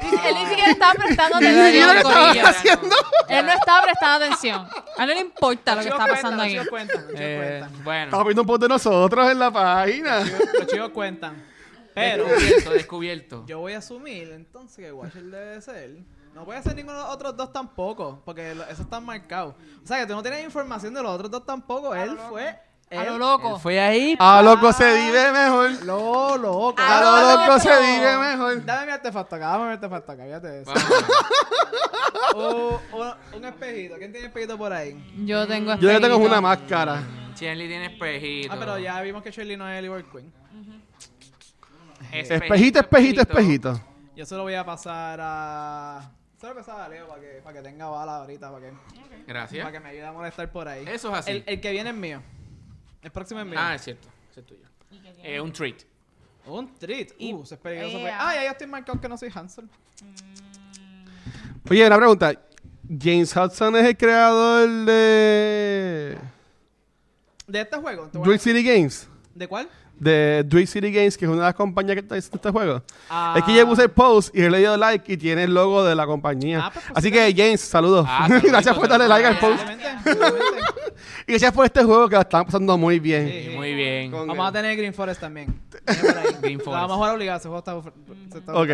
[SPEAKER 5] Él ni siquiera estaba prestando
[SPEAKER 2] Y mira
[SPEAKER 5] atención.
[SPEAKER 2] lo que estaba
[SPEAKER 5] Corillo.
[SPEAKER 2] haciendo.
[SPEAKER 5] Él no estaba prestando atención. A él no le importa lo que
[SPEAKER 4] Los
[SPEAKER 5] está
[SPEAKER 4] chicos
[SPEAKER 5] pasando aquí.
[SPEAKER 4] cuentan, Los chicos
[SPEAKER 1] Eh,
[SPEAKER 4] cuentan,
[SPEAKER 2] Estaba
[SPEAKER 1] bueno,
[SPEAKER 2] poniendo un post de nosotros en la página.
[SPEAKER 4] los chicos cuentan. Los chicos cuentan. Pero
[SPEAKER 1] descubierto, descubierto.
[SPEAKER 4] yo voy a asumir entonces que Watcher debe ser. No puede ser ninguno de los otros dos tampoco, porque lo- esos están marcados. O sea que tú no tienes información de los otros dos tampoco. Él fue
[SPEAKER 5] A lo
[SPEAKER 4] Él-
[SPEAKER 5] loco.
[SPEAKER 1] Él fue ahí.
[SPEAKER 2] A loco se vive mejor.
[SPEAKER 4] Lo loco.
[SPEAKER 5] Ah,
[SPEAKER 2] A
[SPEAKER 5] lo
[SPEAKER 2] lo loco
[SPEAKER 5] loco.
[SPEAKER 2] se vive mejor.
[SPEAKER 4] Dame mi artefacto acá, dame mi artefacto acá, fíjate eso.
[SPEAKER 1] Ah.
[SPEAKER 4] O- o- un espejito, ¿quién tiene espejito por ahí?
[SPEAKER 5] Yo tengo
[SPEAKER 2] Yo le tengo
[SPEAKER 5] espejito.
[SPEAKER 2] una máscara.
[SPEAKER 1] Chenly tiene espejito.
[SPEAKER 4] Ah, pero ya vimos que Shirley no es el Evil Queen.
[SPEAKER 2] Espejito, espejito, espejito.
[SPEAKER 4] Yo se lo voy a pasar a. Se lo voy a pasar a Leo para que, para que tenga bala ahorita, para que, para
[SPEAKER 1] Gracias.
[SPEAKER 4] que me ayude a molestar por ahí.
[SPEAKER 1] Eso es así.
[SPEAKER 4] El, el que viene es mío. El próximo es mío.
[SPEAKER 1] Ah, es cierto. Ese es tuyo. Eh, un treat.
[SPEAKER 4] Un treat.
[SPEAKER 3] Y-
[SPEAKER 4] Uh, eso es peligroso.
[SPEAKER 3] Ea.
[SPEAKER 4] pues. Ah, ya yo estoy marcado que no soy Hansel.
[SPEAKER 2] Oye, una pregunta. James Hudson es el creador de
[SPEAKER 4] De este juego. te voy a-
[SPEAKER 2] Dream City Games.
[SPEAKER 4] ¿De cuál?
[SPEAKER 2] De Dream City Games, que es una de las compañías que está haciendo este juego.
[SPEAKER 4] Ah.
[SPEAKER 2] Es que yo puse el post y le dio like y tiene el logo de la compañía.
[SPEAKER 4] Ah, pues,
[SPEAKER 2] Así que, James, saludos.
[SPEAKER 1] Ah, saluditos,
[SPEAKER 2] (laughs) gracias por darle like al
[SPEAKER 1] saludos.
[SPEAKER 2] post.
[SPEAKER 3] (laughs)
[SPEAKER 2] (laughs)
[SPEAKER 4] Obviamente, obviamente.
[SPEAKER 2] Y gracias por este juego que la están pasando muy bien.
[SPEAKER 4] Sí.
[SPEAKER 1] Muy bien.
[SPEAKER 2] Con-
[SPEAKER 4] Vamos a tener Green Forest también.
[SPEAKER 2] (laughs)
[SPEAKER 4] Viene por ahí.
[SPEAKER 1] Green
[SPEAKER 4] Lo
[SPEAKER 1] Forest.
[SPEAKER 4] Vamos a jugar obligado. Ese juego está. se está-
[SPEAKER 2] Ok.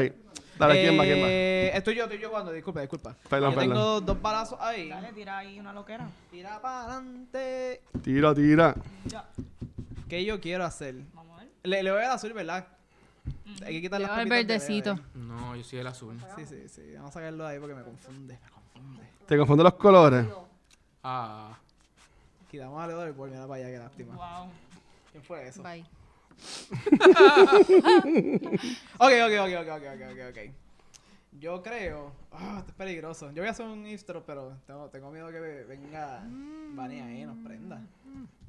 [SPEAKER 2] Dale, ¿quién va? ¿Quién va?
[SPEAKER 4] Eh, Estoy yo, estoy yo jugando. Disculpa, disculpa.
[SPEAKER 2] Perdón,
[SPEAKER 4] yo
[SPEAKER 2] perdón.
[SPEAKER 4] tengo dos balazos ahí.
[SPEAKER 3] Dale, tira ahí una loquera.
[SPEAKER 4] Tira para adelante.
[SPEAKER 2] Tira, tira.
[SPEAKER 4] ¿Qué yo quiero hacer?
[SPEAKER 3] Vamos a ver.
[SPEAKER 4] Le, le voy al azul, ¿verdad? Hay que quitar
[SPEAKER 5] Le
[SPEAKER 4] las
[SPEAKER 5] doy el
[SPEAKER 4] pepitas de
[SPEAKER 5] verdecito.
[SPEAKER 4] verde.
[SPEAKER 1] No, yo soy el azul.
[SPEAKER 4] Sí, sí, sí. Vamos a sacarlo de ahí porque me confunde. Me confunde.
[SPEAKER 2] Te confundo los colores.
[SPEAKER 1] Ah.
[SPEAKER 4] Quitamos alrededor del polvo. Mira para allá, qué lástima.
[SPEAKER 3] Wow.
[SPEAKER 4] ¿Quién fue eso?
[SPEAKER 5] Bye.
[SPEAKER 4] Ok, ok, ok, ok, ok, ok, ok, ok. Yo creo. Ah, esto es peligroso. Yo voy a hacer un intro, pero tengo, tengo miedo que ve- venga Vani ahí y nos prenda.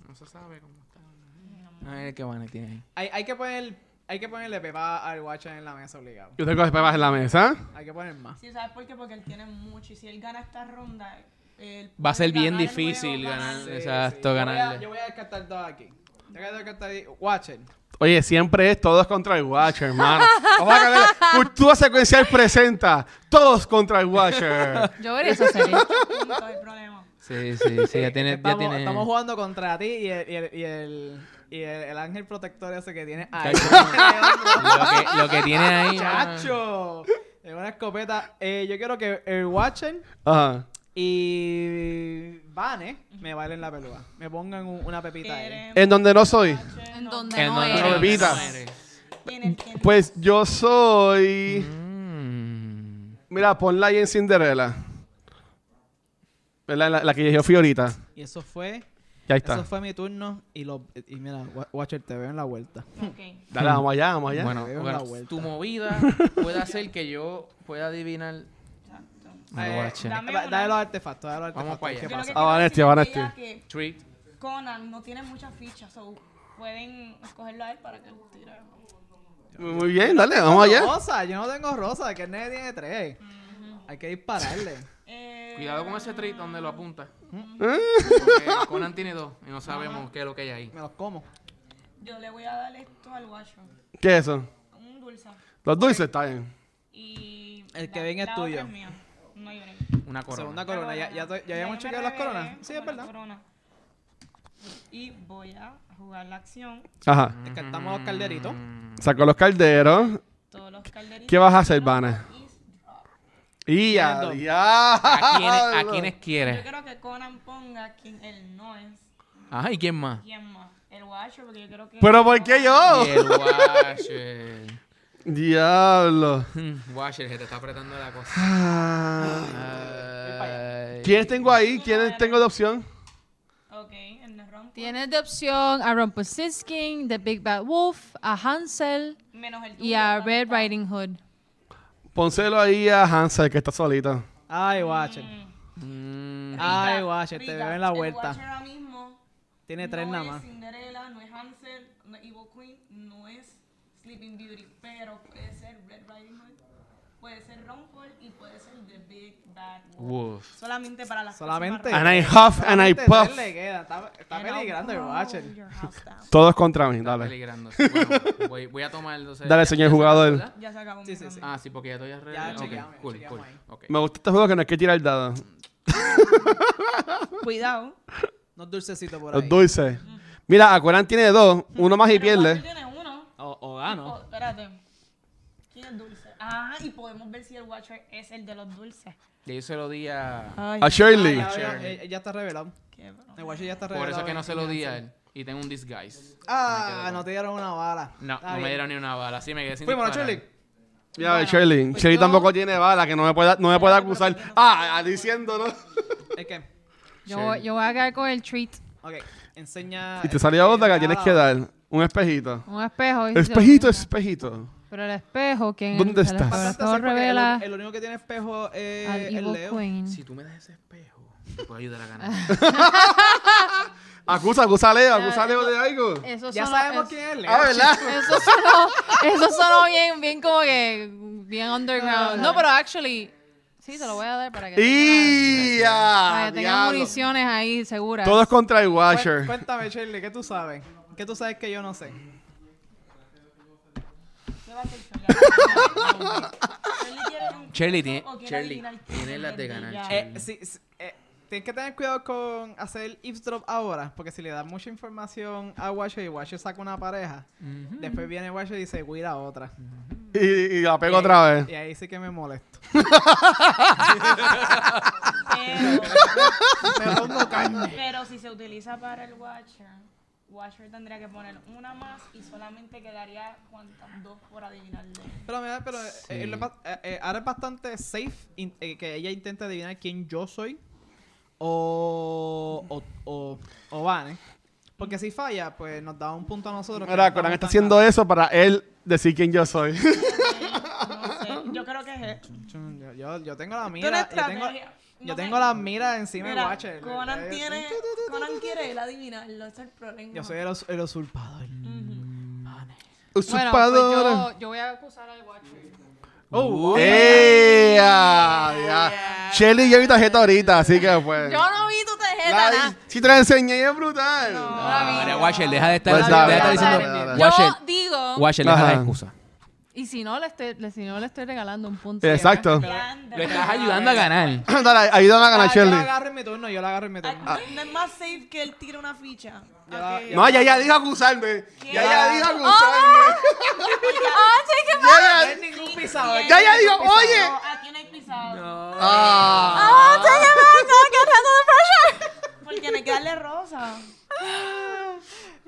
[SPEAKER 1] No se sabe cómo está. A ver qué bueno tiene ahí.
[SPEAKER 4] Hay, hay que poner. Hay que ponerle pepa al guacha en la mesa obligado.
[SPEAKER 2] Yo tengo las pepas en la mesa.
[SPEAKER 4] Hay que poner más.
[SPEAKER 3] Sí, ¿sabes por qué? Porque él tiene mucho. Y si él gana esta ronda, él
[SPEAKER 1] Va a ser
[SPEAKER 3] puede
[SPEAKER 1] bien
[SPEAKER 3] ganar el juego,
[SPEAKER 1] difícil ganar.
[SPEAKER 4] Sí,
[SPEAKER 1] Ah, Exacto,
[SPEAKER 4] sí. Yo voy a-
[SPEAKER 1] ganarle.
[SPEAKER 4] Yo voy a descartar dos aquí. Yo voy a descartar. Watcher.
[SPEAKER 2] Oye, siempre es todos contra el Watcher, hermano. Vamos a cambiar. Cultura secuencial presenta todos contra el Watcher.
[SPEAKER 5] Yo veré esa
[SPEAKER 4] (laughs)
[SPEAKER 5] serie.
[SPEAKER 3] Punto, el problema.
[SPEAKER 1] Sí, sí, sí. Ya tiene. ya
[SPEAKER 4] Estamos,
[SPEAKER 1] tiene...
[SPEAKER 4] estamos jugando contra ti y el, y el, y el, y el, el ángel protector ese que tiene ahí. (laughs)
[SPEAKER 1] lo, que, lo que tiene ahí.
[SPEAKER 4] ¡Chacho! Es una escopeta. Eh, yo quiero que el Watcher
[SPEAKER 2] Ajá.
[SPEAKER 4] y Vane me bailen la peluca. Me pongan un- una pepita ahí.
[SPEAKER 3] Quieren-
[SPEAKER 2] En donde no soy.
[SPEAKER 5] En donde
[SPEAKER 1] Que
[SPEAKER 5] no
[SPEAKER 1] no,
[SPEAKER 5] eres.
[SPEAKER 2] no
[SPEAKER 1] no
[SPEAKER 2] evitas.
[SPEAKER 1] eres.
[SPEAKER 3] en el- en-
[SPEAKER 2] Pues yo soy.
[SPEAKER 1] Mm.
[SPEAKER 2] Mira, ponla ahí en Cinderella. ¿Verdad? La, la que yo fui ahorita.
[SPEAKER 4] Y eso fue,
[SPEAKER 2] Ya
[SPEAKER 4] eso
[SPEAKER 2] está.
[SPEAKER 4] fue mi turno. Y, lo, y mira, Wa- Watcher, te veo en la vuelta.
[SPEAKER 1] Pues-
[SPEAKER 3] ok.
[SPEAKER 2] Dale, vamos allá, vamos allá.
[SPEAKER 1] Bueno,
[SPEAKER 4] veo
[SPEAKER 1] bueno,
[SPEAKER 4] la vuelta.
[SPEAKER 1] tu movida puede hacer que yo pueda adivinar.
[SPEAKER 3] Exacto.
[SPEAKER 1] al
[SPEAKER 4] Eh,
[SPEAKER 1] Watcher.
[SPEAKER 3] Pues, dame
[SPEAKER 4] Da-
[SPEAKER 3] una-
[SPEAKER 4] Dale los artefactos, dale los
[SPEAKER 1] Vamos
[SPEAKER 4] artefactos.
[SPEAKER 1] pa' allá.
[SPEAKER 4] ¿Qué
[SPEAKER 3] Yo lo que
[SPEAKER 4] pasa?
[SPEAKER 3] quiero
[SPEAKER 2] Vanesti,
[SPEAKER 3] decir es
[SPEAKER 2] Vanesti.
[SPEAKER 3] que ya que
[SPEAKER 1] Treat.
[SPEAKER 3] Conan no tiene muchas fichas, so pueden escogerlo a él para que lo tire.
[SPEAKER 2] Muy bien, dale, vamos allá.
[SPEAKER 4] Rosa, yo no tengo rosa, que el nene tiene tres. Hay que dispararle.
[SPEAKER 3] Eh,
[SPEAKER 1] Cuidado con ese treat donde lo apunta. Porque Conan tiene dos y no sabemos qué es lo que hay ahí.
[SPEAKER 4] Me los como.
[SPEAKER 3] Yo le voy a dar esto al guacho.
[SPEAKER 2] ¿Qué es eso?
[SPEAKER 3] Un dulce.
[SPEAKER 2] Los dulces está bien.
[SPEAKER 3] Y.
[SPEAKER 4] El
[SPEAKER 3] la-
[SPEAKER 4] que venga es
[SPEAKER 3] la otra
[SPEAKER 4] tuyo.
[SPEAKER 3] mía. No lloré.
[SPEAKER 1] Una corona.
[SPEAKER 4] Segunda corona. Ya, ya, ya habíamos
[SPEAKER 3] yo me
[SPEAKER 4] chequeado las coronas.
[SPEAKER 3] rebelé
[SPEAKER 4] Sí, es
[SPEAKER 3] con la
[SPEAKER 4] verdad.
[SPEAKER 3] corona. Y voy a jugar la acción.
[SPEAKER 2] Ajá.
[SPEAKER 4] Descartamos los calderitos.
[SPEAKER 2] Sacó los calderos.
[SPEAKER 3] Todos los calderitos.
[SPEAKER 2] ¿Qué vas a hacer, Vane?
[SPEAKER 3] Y-
[SPEAKER 2] Y ya.
[SPEAKER 4] Entiendo.
[SPEAKER 2] ya.
[SPEAKER 1] ¿A quiénes, a quiénes
[SPEAKER 3] Yo
[SPEAKER 1] quieres?
[SPEAKER 3] quiero que Conan ponga quien él no es.
[SPEAKER 1] Ajá, Ah, ¿y quién más?
[SPEAKER 3] ¿Quién más? El guacho, porque yo creo que.
[SPEAKER 2] ¿Pero por qué yo?
[SPEAKER 1] Y el Washer.
[SPEAKER 2] Diablo.
[SPEAKER 1] Hmm, Washer, se te está apretando la cosa. Ay.
[SPEAKER 2] ¿Quiénes tengo ahí? ¿Quiénes tengo de opción?
[SPEAKER 3] Ok, el pues, Nerón.
[SPEAKER 5] Tienes de opción a Rumpelstiltskin, The Big Bad Wolf, a Hansel
[SPEAKER 3] Menos el tuyo.
[SPEAKER 5] y a
[SPEAKER 3] ¿no?
[SPEAKER 5] Red Riding Hood.
[SPEAKER 2] Pónselo ahí a Hansel, que está solito.
[SPEAKER 4] Ay, Watcher.
[SPEAKER 1] Mm,
[SPEAKER 2] Ah.
[SPEAKER 4] Ay,
[SPEAKER 3] Rita,
[SPEAKER 4] Watcher, te
[SPEAKER 3] Rita,
[SPEAKER 4] veo en la
[SPEAKER 3] el
[SPEAKER 4] vuelta.
[SPEAKER 3] Watcher ahora mismo
[SPEAKER 4] Tiene tres
[SPEAKER 3] no
[SPEAKER 4] nada
[SPEAKER 3] es
[SPEAKER 4] más.
[SPEAKER 3] Cinderella, no es Hansel, no es Evil Queen, no es Sleeping Beauty, pero puede ser Red Riding Hood, puede ser Ronford y puede ser The Big Bad Wolf.
[SPEAKER 1] Wolf.
[SPEAKER 3] Solamente para las
[SPEAKER 4] Solamente.
[SPEAKER 2] And I huff and I
[SPEAKER 4] Solamente tres
[SPEAKER 2] puff.
[SPEAKER 4] le queda. Está, está
[SPEAKER 3] próximas
[SPEAKER 4] peligrando el
[SPEAKER 3] rounds.
[SPEAKER 4] Watcher.
[SPEAKER 3] Blow your house down.
[SPEAKER 2] Todos contra mí,
[SPEAKER 1] Está
[SPEAKER 2] dale.
[SPEAKER 4] (laughs)
[SPEAKER 1] peligrando. sí. Bueno, voy, voy a tomar entonces.
[SPEAKER 2] Dale,
[SPEAKER 1] ¿Ya-
[SPEAKER 2] señor
[SPEAKER 1] ya se
[SPEAKER 2] jugador.
[SPEAKER 1] acabó, ¿verdad?
[SPEAKER 3] Ya se acabó
[SPEAKER 4] Sí,
[SPEAKER 3] mi
[SPEAKER 4] sí, sí.
[SPEAKER 3] ronda.
[SPEAKER 1] Ah, sí, porque ya estoy alrededor.
[SPEAKER 4] Ya,
[SPEAKER 1] Ok,
[SPEAKER 4] chequeamos, ya
[SPEAKER 1] cool,
[SPEAKER 4] chequeamos
[SPEAKER 1] cool.
[SPEAKER 4] ahí.
[SPEAKER 1] ok.
[SPEAKER 2] Me gusta este juego que no hay que tirar dado.
[SPEAKER 3] Cuidado.
[SPEAKER 4] Unos dulcecitos por ahí.
[SPEAKER 2] Los dulces. Mira, Aquaran tiene dos, uno más y
[SPEAKER 3] Pero Walter
[SPEAKER 2] pierde.
[SPEAKER 3] tiene uno.
[SPEAKER 4] O, o
[SPEAKER 3] Oh,
[SPEAKER 4] gano.
[SPEAKER 3] espérate. ¿Quién es dulce? Ah, y podemos ver si el Watcher es el de los dulces.
[SPEAKER 1] Ya yo se lo di a.
[SPEAKER 3] Ay,
[SPEAKER 2] A Shirley.
[SPEAKER 4] Ya, ya,
[SPEAKER 1] Sure.
[SPEAKER 4] ya, ya está revelado.
[SPEAKER 3] qué bro-
[SPEAKER 4] El Watcher ya está revelado.
[SPEAKER 1] Por eso es que no se lo di a él. Y y tengo un disguise.
[SPEAKER 4] Ah, no te dieron una bala.
[SPEAKER 1] No,
[SPEAKER 4] Está
[SPEAKER 1] no me
[SPEAKER 4] bien.
[SPEAKER 1] dieron ni una bala. Sí, me quedé sin
[SPEAKER 4] Fuimos, ¿no,
[SPEAKER 1] disparar.
[SPEAKER 4] Shirley.
[SPEAKER 2] Ya, Shirley. Shirley
[SPEAKER 4] yo-
[SPEAKER 2] tampoco tiene bala, que no me pueda, no me pueda acusar. Ah, ah, diciendo, ¿no?
[SPEAKER 4] Es que,
[SPEAKER 5] Yo, voy- yo voy a quedar con el treat.
[SPEAKER 4] ok, enseña.
[SPEAKER 2] Y te salió otra que
[SPEAKER 4] Ah,
[SPEAKER 2] tienes que dar. Un espejito.
[SPEAKER 5] Un espejo. y-
[SPEAKER 2] Espejito, espejito.
[SPEAKER 5] Pero el espejo, ¿quién
[SPEAKER 2] ¿Dónde
[SPEAKER 5] el
[SPEAKER 2] estás?
[SPEAKER 5] espejo? El
[SPEAKER 4] bastante
[SPEAKER 5] espejo
[SPEAKER 4] así porque
[SPEAKER 5] revela
[SPEAKER 4] El, el único que tiene espejo eh, es
[SPEAKER 5] al
[SPEAKER 4] el
[SPEAKER 5] Evil
[SPEAKER 4] Leo.
[SPEAKER 5] Queen.
[SPEAKER 1] Si tú me das ese espejo, te puedo ayudar a
[SPEAKER 4] (laughs)
[SPEAKER 1] ganar.
[SPEAKER 2] Acusa, acusa a Leo, acusa a Leo de algo.
[SPEAKER 5] Eso
[SPEAKER 4] Ya
[SPEAKER 5] sonó-
[SPEAKER 4] sabemos
[SPEAKER 5] es-
[SPEAKER 4] quién es Leo.
[SPEAKER 2] Ah, ¿verdad?
[SPEAKER 5] Eso (laughs) sonó, eso sonó bien, bien como que bien underground. No, pero actually, sí, se lo voy a dar para que tenga,
[SPEAKER 2] Y
[SPEAKER 5] para
[SPEAKER 2] ya,
[SPEAKER 5] que tenga
[SPEAKER 2] diablo.
[SPEAKER 5] municiones ahí seguras.
[SPEAKER 2] Todos contra el
[SPEAKER 4] Cuen-
[SPEAKER 2] Watcher.
[SPEAKER 4] Cuéntame, Shirley, ¿qué tú sabes? ¿Qué tú sabes que yo no sé?
[SPEAKER 3] ¿Qué va a hacer Shirley? Shirley quiere un-
[SPEAKER 1] Shirley tiene,
[SPEAKER 3] o quiere
[SPEAKER 1] Shirley,
[SPEAKER 3] adivinar quién
[SPEAKER 1] tiene
[SPEAKER 3] es
[SPEAKER 1] las de
[SPEAKER 3] desde
[SPEAKER 1] ganar.
[SPEAKER 3] ya.
[SPEAKER 1] Shirley.
[SPEAKER 4] Eh, sí, sí, eh, tienes que tener cuidado con hacer eavesdrop ahora, porque si le das mucha información a Watcher y Watcher saca una pareja, después viene Watcher y se cuida a otra.
[SPEAKER 2] Y, y la
[SPEAKER 4] Y
[SPEAKER 2] pego
[SPEAKER 4] ahí-
[SPEAKER 5] Eh,
[SPEAKER 2] otra vez.
[SPEAKER 4] Y ahí sí que
[SPEAKER 2] (laughs)
[SPEAKER 4] me molesto.
[SPEAKER 3] Pero,
[SPEAKER 4] me pongo carne.
[SPEAKER 3] pero si se utiliza para el Watcher, Watcher tendría que poner una más y solamente quedaría cuantas dos por adivinarle.
[SPEAKER 4] Pero, mira, pero eh, eh, lo pas- eh, eh, ahora es bastante safe in- eh, que ella intente adivinar quién yo soy o, o, o, o Vane. Porque si falla, pues nos da un punto a nosotros. que
[SPEAKER 2] Mira,
[SPEAKER 4] nos
[SPEAKER 2] Conan
[SPEAKER 4] damos
[SPEAKER 2] está
[SPEAKER 4] tan
[SPEAKER 2] haciendo eso para él decir quién yo soy. (laughs)
[SPEAKER 3] No sé, yo creo que es esto.
[SPEAKER 4] Chun, Yo, yo, yo tengo
[SPEAKER 3] Esto no
[SPEAKER 4] la
[SPEAKER 3] es
[SPEAKER 4] mira. Yo tengo,
[SPEAKER 3] estrategia.
[SPEAKER 4] yo
[SPEAKER 3] No
[SPEAKER 4] tengo
[SPEAKER 3] me-
[SPEAKER 4] la mira encima de
[SPEAKER 3] Mira,
[SPEAKER 4] Watcher. eh,
[SPEAKER 3] Conan
[SPEAKER 4] Yo-
[SPEAKER 3] tiene, Conan quiere él adivinarlo, ese es el problema.
[SPEAKER 4] Yo soy el, us- el usurpador.
[SPEAKER 3] Ujú.
[SPEAKER 5] Bueno, pues
[SPEAKER 2] Usurpador.
[SPEAKER 5] yo, yo voy a acusar al Watcher.
[SPEAKER 2] Eh.
[SPEAKER 4] Oh,
[SPEAKER 2] ¡Ea! Ya. Shelly y yo vi tarjeta ahorita, así que pues.
[SPEAKER 5] Yo no vi tu tarjeta,
[SPEAKER 2] La-
[SPEAKER 5] nada.
[SPEAKER 2] si te la enseñé, es brutal. Eh,
[SPEAKER 1] Ah, mira, Watcher, deja de estar,
[SPEAKER 2] Pues
[SPEAKER 1] deja de
[SPEAKER 2] dale,
[SPEAKER 1] estar
[SPEAKER 2] dale,
[SPEAKER 1] diciendo.
[SPEAKER 2] dale, dale.
[SPEAKER 1] Watcher,
[SPEAKER 5] Yo digo,
[SPEAKER 1] Watcher, deja
[SPEAKER 2] Ajá.
[SPEAKER 1] la excusa.
[SPEAKER 5] y si no le estoy, le- si no le estoy regalando un punto.
[SPEAKER 2] Exacto.
[SPEAKER 3] Leandro.
[SPEAKER 1] Lo estás ayudando a ganar.
[SPEAKER 2] (laughs) Dale, ayúdame a
[SPEAKER 4] Ah,
[SPEAKER 2] ganar,
[SPEAKER 4] yo la
[SPEAKER 2] Shelly.
[SPEAKER 4] agarro en mi turno, yo la agarro en mi
[SPEAKER 3] Ay,
[SPEAKER 4] turno.
[SPEAKER 3] no- No es más safe que él tire una ficha.
[SPEAKER 4] Yo la-
[SPEAKER 3] Ok. (laughs)
[SPEAKER 4] yo-
[SPEAKER 2] No, ya, ya dijo acusarme. Ya, ya dijo acusarme.
[SPEAKER 5] Ah, take it back.
[SPEAKER 2] Ya,
[SPEAKER 4] No
[SPEAKER 2] ya.
[SPEAKER 4] hay ningún pisado.
[SPEAKER 3] Sí,
[SPEAKER 4] aquí
[SPEAKER 2] Ya,
[SPEAKER 4] no hay
[SPEAKER 2] ya
[SPEAKER 4] ningún
[SPEAKER 2] dijo,
[SPEAKER 4] pisado.
[SPEAKER 2] oye.
[SPEAKER 3] No, aquí no hay pisado.
[SPEAKER 5] Oh.
[SPEAKER 2] Ah.
[SPEAKER 5] Ah, take it back. No, get handle the pressure.
[SPEAKER 3] Porque tiene que darle rosa.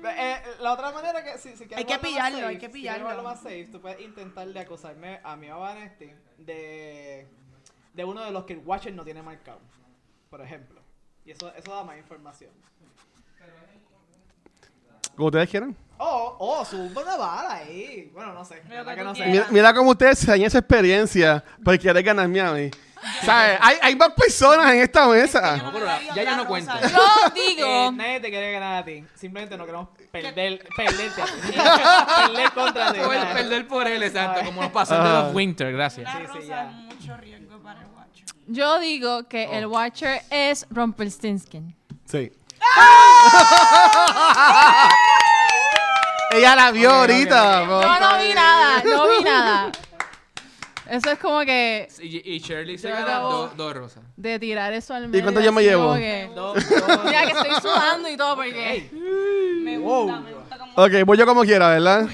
[SPEAKER 4] Eh, eh, la otra manera que si, si quieres
[SPEAKER 3] Hay que
[SPEAKER 4] jugarlo más
[SPEAKER 3] pillarlo,
[SPEAKER 4] safe,
[SPEAKER 3] hay que
[SPEAKER 4] si quieres
[SPEAKER 3] pillarlo.
[SPEAKER 4] jugarlo más safe, tú puedes intentarle acusarme a mi Vanesti de, de uno de los que el Watcher no tiene marcado, por ejemplo. Y eso, eso da más información.
[SPEAKER 2] Como ustedes quieran.
[SPEAKER 4] Oh, oh, subo una bala ahí. Bueno, no sé. la verdad
[SPEAKER 3] que
[SPEAKER 4] que
[SPEAKER 3] tú
[SPEAKER 4] no sé.
[SPEAKER 2] Mira, mira cómo ustedes se dañan esa experiencia porque quieren ganarme a mí. ¿Sabes? Hay, hay más personas en esta
[SPEAKER 3] Yo
[SPEAKER 2] mesa.
[SPEAKER 1] pero
[SPEAKER 3] me daría
[SPEAKER 1] ya- ya
[SPEAKER 3] otra
[SPEAKER 1] no
[SPEAKER 3] rosa.
[SPEAKER 1] cuenta.
[SPEAKER 3] Yo-
[SPEAKER 5] Yo
[SPEAKER 4] Eh,
[SPEAKER 5] digo,
[SPEAKER 4] nadie te quiere ganar a ti. Simplemente no queremos perder, perderte. a ti. perder contra ti.
[SPEAKER 1] Por el perder por él, exacto. Como nos pasó el de
[SPEAKER 2] Ajá.
[SPEAKER 1] los Winter, gracias.
[SPEAKER 3] Una
[SPEAKER 4] Sí, sí,
[SPEAKER 3] rosa
[SPEAKER 4] ya.
[SPEAKER 3] es mucho riesgo para el guacho.
[SPEAKER 5] yo digo que
[SPEAKER 4] oh.
[SPEAKER 5] el Watcher es Rumpelstiltskin.
[SPEAKER 2] Sí. Ella la vio ahorita. po.
[SPEAKER 5] Yo no vi nada, no vi nada. Eso es como que
[SPEAKER 1] Y, y Shirley se
[SPEAKER 5] Yo
[SPEAKER 1] gana
[SPEAKER 5] acabo-
[SPEAKER 1] dos dos rosas.
[SPEAKER 5] de tirar eso al medio.
[SPEAKER 2] cuánto yo me
[SPEAKER 5] así
[SPEAKER 2] llevo?
[SPEAKER 5] como que-
[SPEAKER 4] Dos, dos.
[SPEAKER 5] mira que estoy sudando y todo porque...
[SPEAKER 3] Me
[SPEAKER 4] Wow.
[SPEAKER 3] gusta, me gusta como.
[SPEAKER 2] Ok, voy yo como quiera, ¿verdad?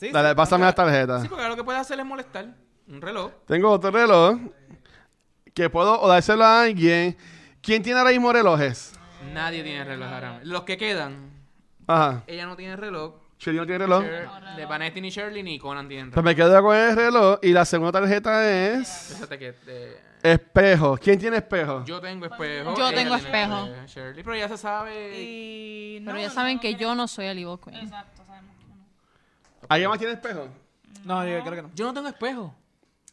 [SPEAKER 4] Sí,
[SPEAKER 2] Dale,
[SPEAKER 4] sí,
[SPEAKER 2] pásame
[SPEAKER 4] contra-
[SPEAKER 2] las tarjetas.
[SPEAKER 1] Sí, porque lo que puedes hacer es molestar. Un reloj.
[SPEAKER 2] Tengo otro reloj que puedo o dárselo a alguien. ¿Quién tiene ahora mismo relojes?
[SPEAKER 1] Nadie tiene reloj ahora. mismo. Los que quedan,
[SPEAKER 2] Ajá.
[SPEAKER 1] ella no tiene reloj.
[SPEAKER 2] Shirley no tiene reloj.
[SPEAKER 1] Shir- De Vanetti ni Shirley ni Conan tienen
[SPEAKER 2] Pues
[SPEAKER 1] reloj.
[SPEAKER 2] me quedo con el reloj y la segunda tarjeta es
[SPEAKER 1] Fíjate que eh,
[SPEAKER 2] espejo. ¿Quién tiene espejo?
[SPEAKER 1] yo tengo espejo.
[SPEAKER 5] Yo
[SPEAKER 1] ella
[SPEAKER 5] tengo
[SPEAKER 1] tiene eh,
[SPEAKER 5] espejo.
[SPEAKER 1] Shirley, pero ya se sabe.
[SPEAKER 3] Y
[SPEAKER 5] Pero
[SPEAKER 3] no,
[SPEAKER 5] ya saben
[SPEAKER 3] no,
[SPEAKER 5] que
[SPEAKER 3] no.
[SPEAKER 5] yo no soy el Evil Queen.
[SPEAKER 3] Exacto, sabemos que no.
[SPEAKER 2] ¿Alguien más tiene espejo?
[SPEAKER 4] No, yo creo que no.
[SPEAKER 1] Yo no tengo espejo.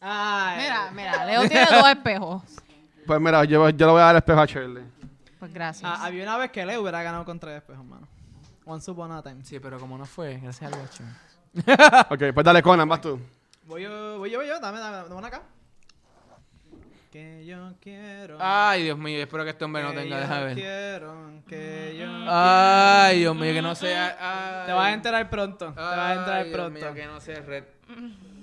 [SPEAKER 4] Ay.
[SPEAKER 5] Ah, Mira, mira, Leo tiene dos espejos.
[SPEAKER 2] Pues mira, yo, yo le voy a dar espejo
[SPEAKER 1] (laughs)
[SPEAKER 2] a Shirley.
[SPEAKER 5] Pues gracias.
[SPEAKER 4] Ah, había una vez que Leo hubiera ganado con tres espejos, mano. Once upon a time.
[SPEAKER 1] Sí, pero como no fue, gracias al guacho.
[SPEAKER 2] Ok, pues dale, Conan, vas tú.
[SPEAKER 4] Voy yo, voy yo, voy yo. Dame, dame, dame una acá. Que yo quiero.
[SPEAKER 1] Ay, Dios mío, espero que este Ah, hombre no
[SPEAKER 4] que
[SPEAKER 1] tenga,
[SPEAKER 4] yo
[SPEAKER 1] déjame ver.
[SPEAKER 4] Quiero, que yo.
[SPEAKER 1] Ah. Ay, Dios mío, que no sea. ay.
[SPEAKER 4] Te vas a enterar pronto. Te vas a enterar
[SPEAKER 1] Ay, Dios
[SPEAKER 4] pronto.
[SPEAKER 1] mío, que no sea red.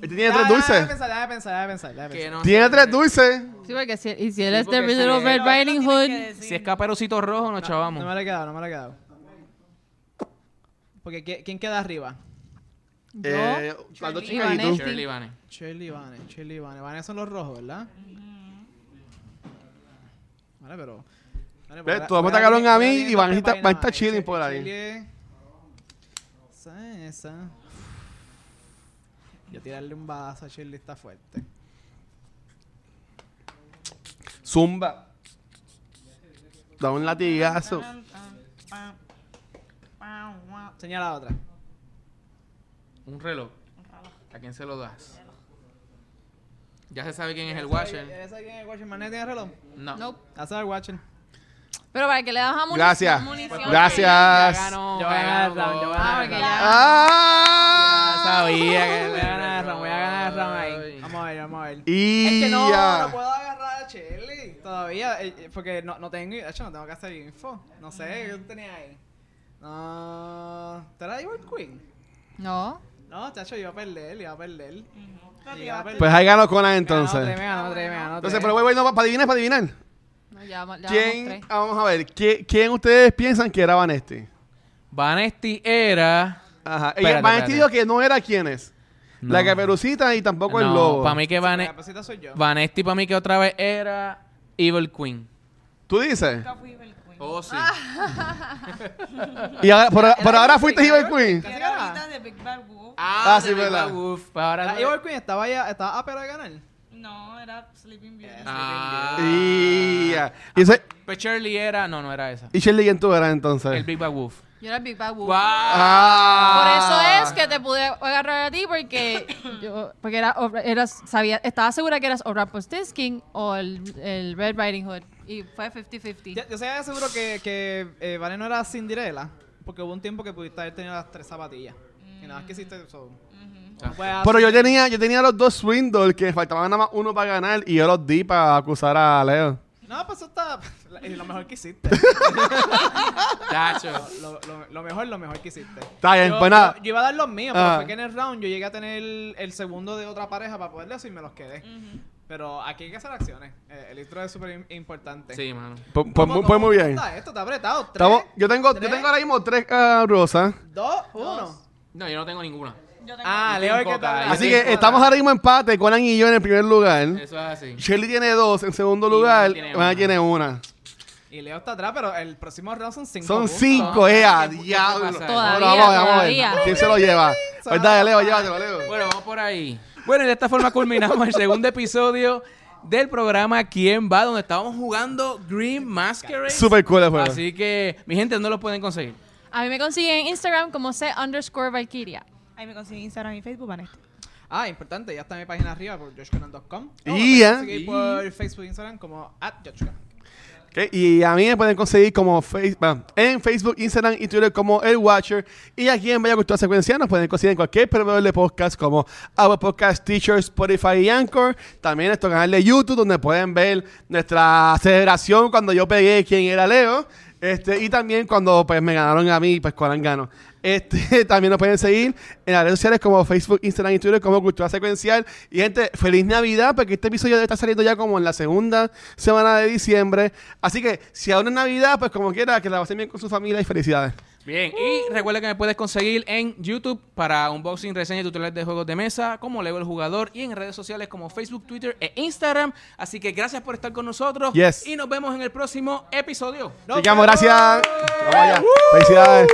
[SPEAKER 2] Este tiene tres dulces.
[SPEAKER 4] Déjame pensar, déjame pensar, déjame pensar. déjame
[SPEAKER 1] Que
[SPEAKER 4] pensar.
[SPEAKER 1] no
[SPEAKER 2] Tiene
[SPEAKER 1] sea
[SPEAKER 2] tres
[SPEAKER 1] red.
[SPEAKER 2] dulces.
[SPEAKER 5] Sí, porque si, y si él
[SPEAKER 1] Sí,
[SPEAKER 5] es The
[SPEAKER 1] porque
[SPEAKER 5] Little
[SPEAKER 1] si
[SPEAKER 5] Red
[SPEAKER 1] él-
[SPEAKER 5] Riding Hood,
[SPEAKER 1] Si es caperucito rojo, Ah, no, chavamos.
[SPEAKER 4] No me lo he quedado, no me lo he quedado. Porque ¿qui- ¿quién queda arriba?
[SPEAKER 5] yo...
[SPEAKER 2] Eh, las dos
[SPEAKER 5] Shirley.
[SPEAKER 2] chicas y tú.
[SPEAKER 5] Vanessa.
[SPEAKER 1] Shirley Vane.
[SPEAKER 4] Shirley y Vane, Shirley y Vane. Vane son los rojos, ¿verdad? Vale, pero. Vale,
[SPEAKER 2] Ves,
[SPEAKER 4] la-
[SPEAKER 2] todos me
[SPEAKER 4] la-
[SPEAKER 2] atacaron a
[SPEAKER 4] la-
[SPEAKER 2] mí
[SPEAKER 4] la-
[SPEAKER 2] y
[SPEAKER 4] pues la-
[SPEAKER 2] Vanessa-
[SPEAKER 4] la- la- la-
[SPEAKER 2] Vanessa
[SPEAKER 4] la-
[SPEAKER 2] chilling por ahí.
[SPEAKER 4] Shirley es- Esa, esa. Yo tirarle un badazo a Shirley está fuerte.
[SPEAKER 2] Zumba. Da un latigazo.
[SPEAKER 3] Tan, tan, pam, pam, guau.
[SPEAKER 4] Señala otra.
[SPEAKER 1] Un reloj.
[SPEAKER 3] Un reloj.
[SPEAKER 1] ¿A quién se lo das? Ya se sabe quién es el Watcher.
[SPEAKER 4] ¿Esa quién es el Watcher? ¿Mané tiene reloj?
[SPEAKER 1] No.
[SPEAKER 5] Nope.
[SPEAKER 4] Hazle el Watcher.
[SPEAKER 5] Pero para que le damos a munición.
[SPEAKER 2] Gracias.
[SPEAKER 5] munición.
[SPEAKER 1] Ya
[SPEAKER 2] Gracias.
[SPEAKER 1] ganó.
[SPEAKER 4] Yo voy a ganar el round, yo voy a ganar el
[SPEAKER 5] Ah, ok,
[SPEAKER 4] round.
[SPEAKER 2] Ah.
[SPEAKER 1] Sabía que
[SPEAKER 4] Voy a ganar el round, voy a ganar el round
[SPEAKER 1] Ay.
[SPEAKER 4] ahí. Vamos a ver, vamos a ver.
[SPEAKER 2] Y
[SPEAKER 4] Es que no,
[SPEAKER 2] ya.
[SPEAKER 4] no puedo agarrar a Shirley todavía, eh, eh, porque no, no tengo, de hecho no tengo que hacer info. No sé,
[SPEAKER 2] Mm.
[SPEAKER 4] ¿qué tú tenías ahí? No, ¿te era Evil Queen?
[SPEAKER 5] No.
[SPEAKER 4] No, chacho, iba a perder, iba a perder.
[SPEAKER 3] Ujú.
[SPEAKER 4] Sí, va a perder. Ah,
[SPEAKER 2] Pues ahí ganó Conan entonces.
[SPEAKER 4] Me ganó tres, me ganó tres, me ganó
[SPEAKER 2] Entonces,
[SPEAKER 4] tres.
[SPEAKER 2] pero voy, voy, no, para adivinar, para adivinar.
[SPEAKER 5] No, ya, vamos- ya vamos
[SPEAKER 2] ¿Quién,
[SPEAKER 5] tres.
[SPEAKER 2] ah, vamos a ver, ¿quién, quién ustedes piensan que era Vanesti?
[SPEAKER 1] Vanesti era.
[SPEAKER 2] Ajá.
[SPEAKER 1] Espérate,
[SPEAKER 2] Ella, Vanesti
[SPEAKER 1] espérate.
[SPEAKER 2] dijo que no era quién es. La
[SPEAKER 1] No.
[SPEAKER 2] caperucita y tampoco el
[SPEAKER 1] No,
[SPEAKER 2] lobo.
[SPEAKER 1] Para mí que
[SPEAKER 4] La
[SPEAKER 1] Vane-
[SPEAKER 4] capacita pues, soy yo.
[SPEAKER 1] Vanesti, para mí que otra vez era Evil Queen.
[SPEAKER 2] ¿Tú dices?
[SPEAKER 3] Nunca fui Evil Queen.
[SPEAKER 1] Oh, sí.
[SPEAKER 2] Y ahora, por, por ahora fuiste
[SPEAKER 4] Evil
[SPEAKER 2] Evil Queen.
[SPEAKER 4] Queen.
[SPEAKER 3] Que era ahorita de Big Bad Wolf.
[SPEAKER 1] Ah,
[SPEAKER 2] Ah, sí,
[SPEAKER 1] de Big
[SPEAKER 2] verdad.
[SPEAKER 1] Bad Wolf. Pues ahora
[SPEAKER 4] La Evil Ah, Queen estaba ya, estaba a pero de ganar.
[SPEAKER 3] No, era Sleeping Beauty.
[SPEAKER 1] Ah.
[SPEAKER 2] Y, ya. y, ese-
[SPEAKER 1] Pues Shirley era. No, no era esa.
[SPEAKER 2] y Shirley, ¿quién tú eras
[SPEAKER 1] El
[SPEAKER 2] entonces?
[SPEAKER 1] Big Bad Wolf.
[SPEAKER 5] Yo era el Big Bad
[SPEAKER 1] (laughs)
[SPEAKER 5] Wolf.
[SPEAKER 1] ¡Guau!
[SPEAKER 5] Por
[SPEAKER 2] Ah.
[SPEAKER 5] eso es que te pude agarrar a ti porque yo porque era, era- sabía, estaba segura que eras o Rumpelstiltskin o el, el Red Riding Hood y fue 50-50.
[SPEAKER 4] Yo, yo sé seguro que, que eh, Vane no era Cinderella, porque hubo un tiempo que pudiste haber tenido las tres zapatillas. Y nada más que hiciste eso. Pues, No puedes
[SPEAKER 2] Ah. Pero
[SPEAKER 4] hacer-
[SPEAKER 2] yo tenía, yo tenía los dos Swindle que faltaban nada más uno para ganar y yo los di para acusar a Leo.
[SPEAKER 4] No, pues eso está. (laughs) Es lo mejor que hiciste.
[SPEAKER 2] (laughs)
[SPEAKER 1] Tacho.
[SPEAKER 4] lo, lo- lo mejor, lo mejor que hiciste.
[SPEAKER 2] Está bien,
[SPEAKER 4] yo,
[SPEAKER 2] pues nada.
[SPEAKER 4] yo- yo iba a dar los míos,
[SPEAKER 2] Ah.
[SPEAKER 4] pero fue que en el round yo llegué a tener el, el segundo de otra pareja para poderle eso y me los quedé. Pero aquí hay que hacer acciones. Eh, el intro es súper im- importante.
[SPEAKER 1] Sí, mano.
[SPEAKER 2] Pues, pues
[SPEAKER 4] ¿Cómo-
[SPEAKER 2] muy,
[SPEAKER 4] cómo
[SPEAKER 2] pues muy bien.
[SPEAKER 4] Está esto está apretado. Tres,
[SPEAKER 2] Estamos- yo, tengo, yo
[SPEAKER 4] tres,
[SPEAKER 2] tengo ahora mismo tres ah, rosas.
[SPEAKER 4] Dos, uno.
[SPEAKER 1] No, yo no tengo ninguna.
[SPEAKER 3] Yo tengo
[SPEAKER 4] Ah,
[SPEAKER 1] Yo
[SPEAKER 4] Leo es
[SPEAKER 1] tengo
[SPEAKER 4] que
[SPEAKER 1] coca,
[SPEAKER 4] está.
[SPEAKER 1] yo
[SPEAKER 2] Así
[SPEAKER 1] tengo
[SPEAKER 2] que estamos ahora mismo empate, Conan y yo en el primer lugar.
[SPEAKER 1] Eso es así.
[SPEAKER 2] Shirley tiene dos en segundo
[SPEAKER 1] Y
[SPEAKER 2] lugar,
[SPEAKER 1] Vanna tiene
[SPEAKER 2] Vanna
[SPEAKER 1] una.
[SPEAKER 2] tiene una.
[SPEAKER 4] Y Leo está atrás, pero el próximo round son cinco.
[SPEAKER 2] Son
[SPEAKER 4] puntos.
[SPEAKER 2] cinco, eh, a
[SPEAKER 1] ¿Qué- qué
[SPEAKER 2] diablo.
[SPEAKER 1] puede pasar?
[SPEAKER 2] Ahora
[SPEAKER 5] Todavía,
[SPEAKER 2] vamos, vamos a ver.
[SPEAKER 5] todavía.
[SPEAKER 2] ¿Quién se lo lleva? Pues dale, Leo, llévatelo, Leo.
[SPEAKER 1] Bueno, vamos por ahí. Bueno, y de esta forma culminamos el segundo episodio del programa ¿Quién va? Donde estábamos jugando Green Masquerade.
[SPEAKER 2] Super cool el juego.
[SPEAKER 1] Así que, mi gente, ¿dónde lo pueden conseguir?
[SPEAKER 5] A mí me consiguen en Instagram como C underscore Valkyria.
[SPEAKER 3] Ahí me consiguen Instagram y Facebook, Vanessa.
[SPEAKER 4] Ah, importante, ya está mi página arriba por joshconan.com. O
[SPEAKER 2] Y
[SPEAKER 4] me
[SPEAKER 2] ya.
[SPEAKER 4] pueden seguir por Facebook e Instagram como at joshconan.
[SPEAKER 2] Ok, Y a mí me pueden conseguir como Face- bueno, en Facebook, Instagram y Twitter como El Watcher. Y aquí en Bella Cultura Secuencia nos pueden conseguir en cualquier proveedor de podcast como Apple Podcast, Teacher, Spotify y Anchor. También nuestro canal de YouTube donde pueden ver nuestra celebración cuando yo pegué quién era Leo. Este, y también cuando pues, me ganaron a mí, pues Conan ganó. Este, (laughs) también nos pueden seguir en las redes sociales como Facebook, Instagram y Twitter como Cultura Secuencial. Y gente, feliz Navidad, porque este episodio debe estar saliendo ya como en la segunda semana de diciembre. Así que si aún es Navidad, pues como quiera, que la pasen bien con su familia y felicidades.
[SPEAKER 1] Bien,
[SPEAKER 2] Uh.
[SPEAKER 1] y recuerda que me puedes conseguir en YouTube para unboxing, reseña y tutoriales de juegos de mesa, como Lego el Jugador, y en redes sociales como Facebook, Twitter e Instagram. Así que gracias por estar con nosotros
[SPEAKER 2] Yes.
[SPEAKER 1] y nos vemos en el próximo episodio.
[SPEAKER 2] Así que, amo, gracias. Vamos allá. Felicidades.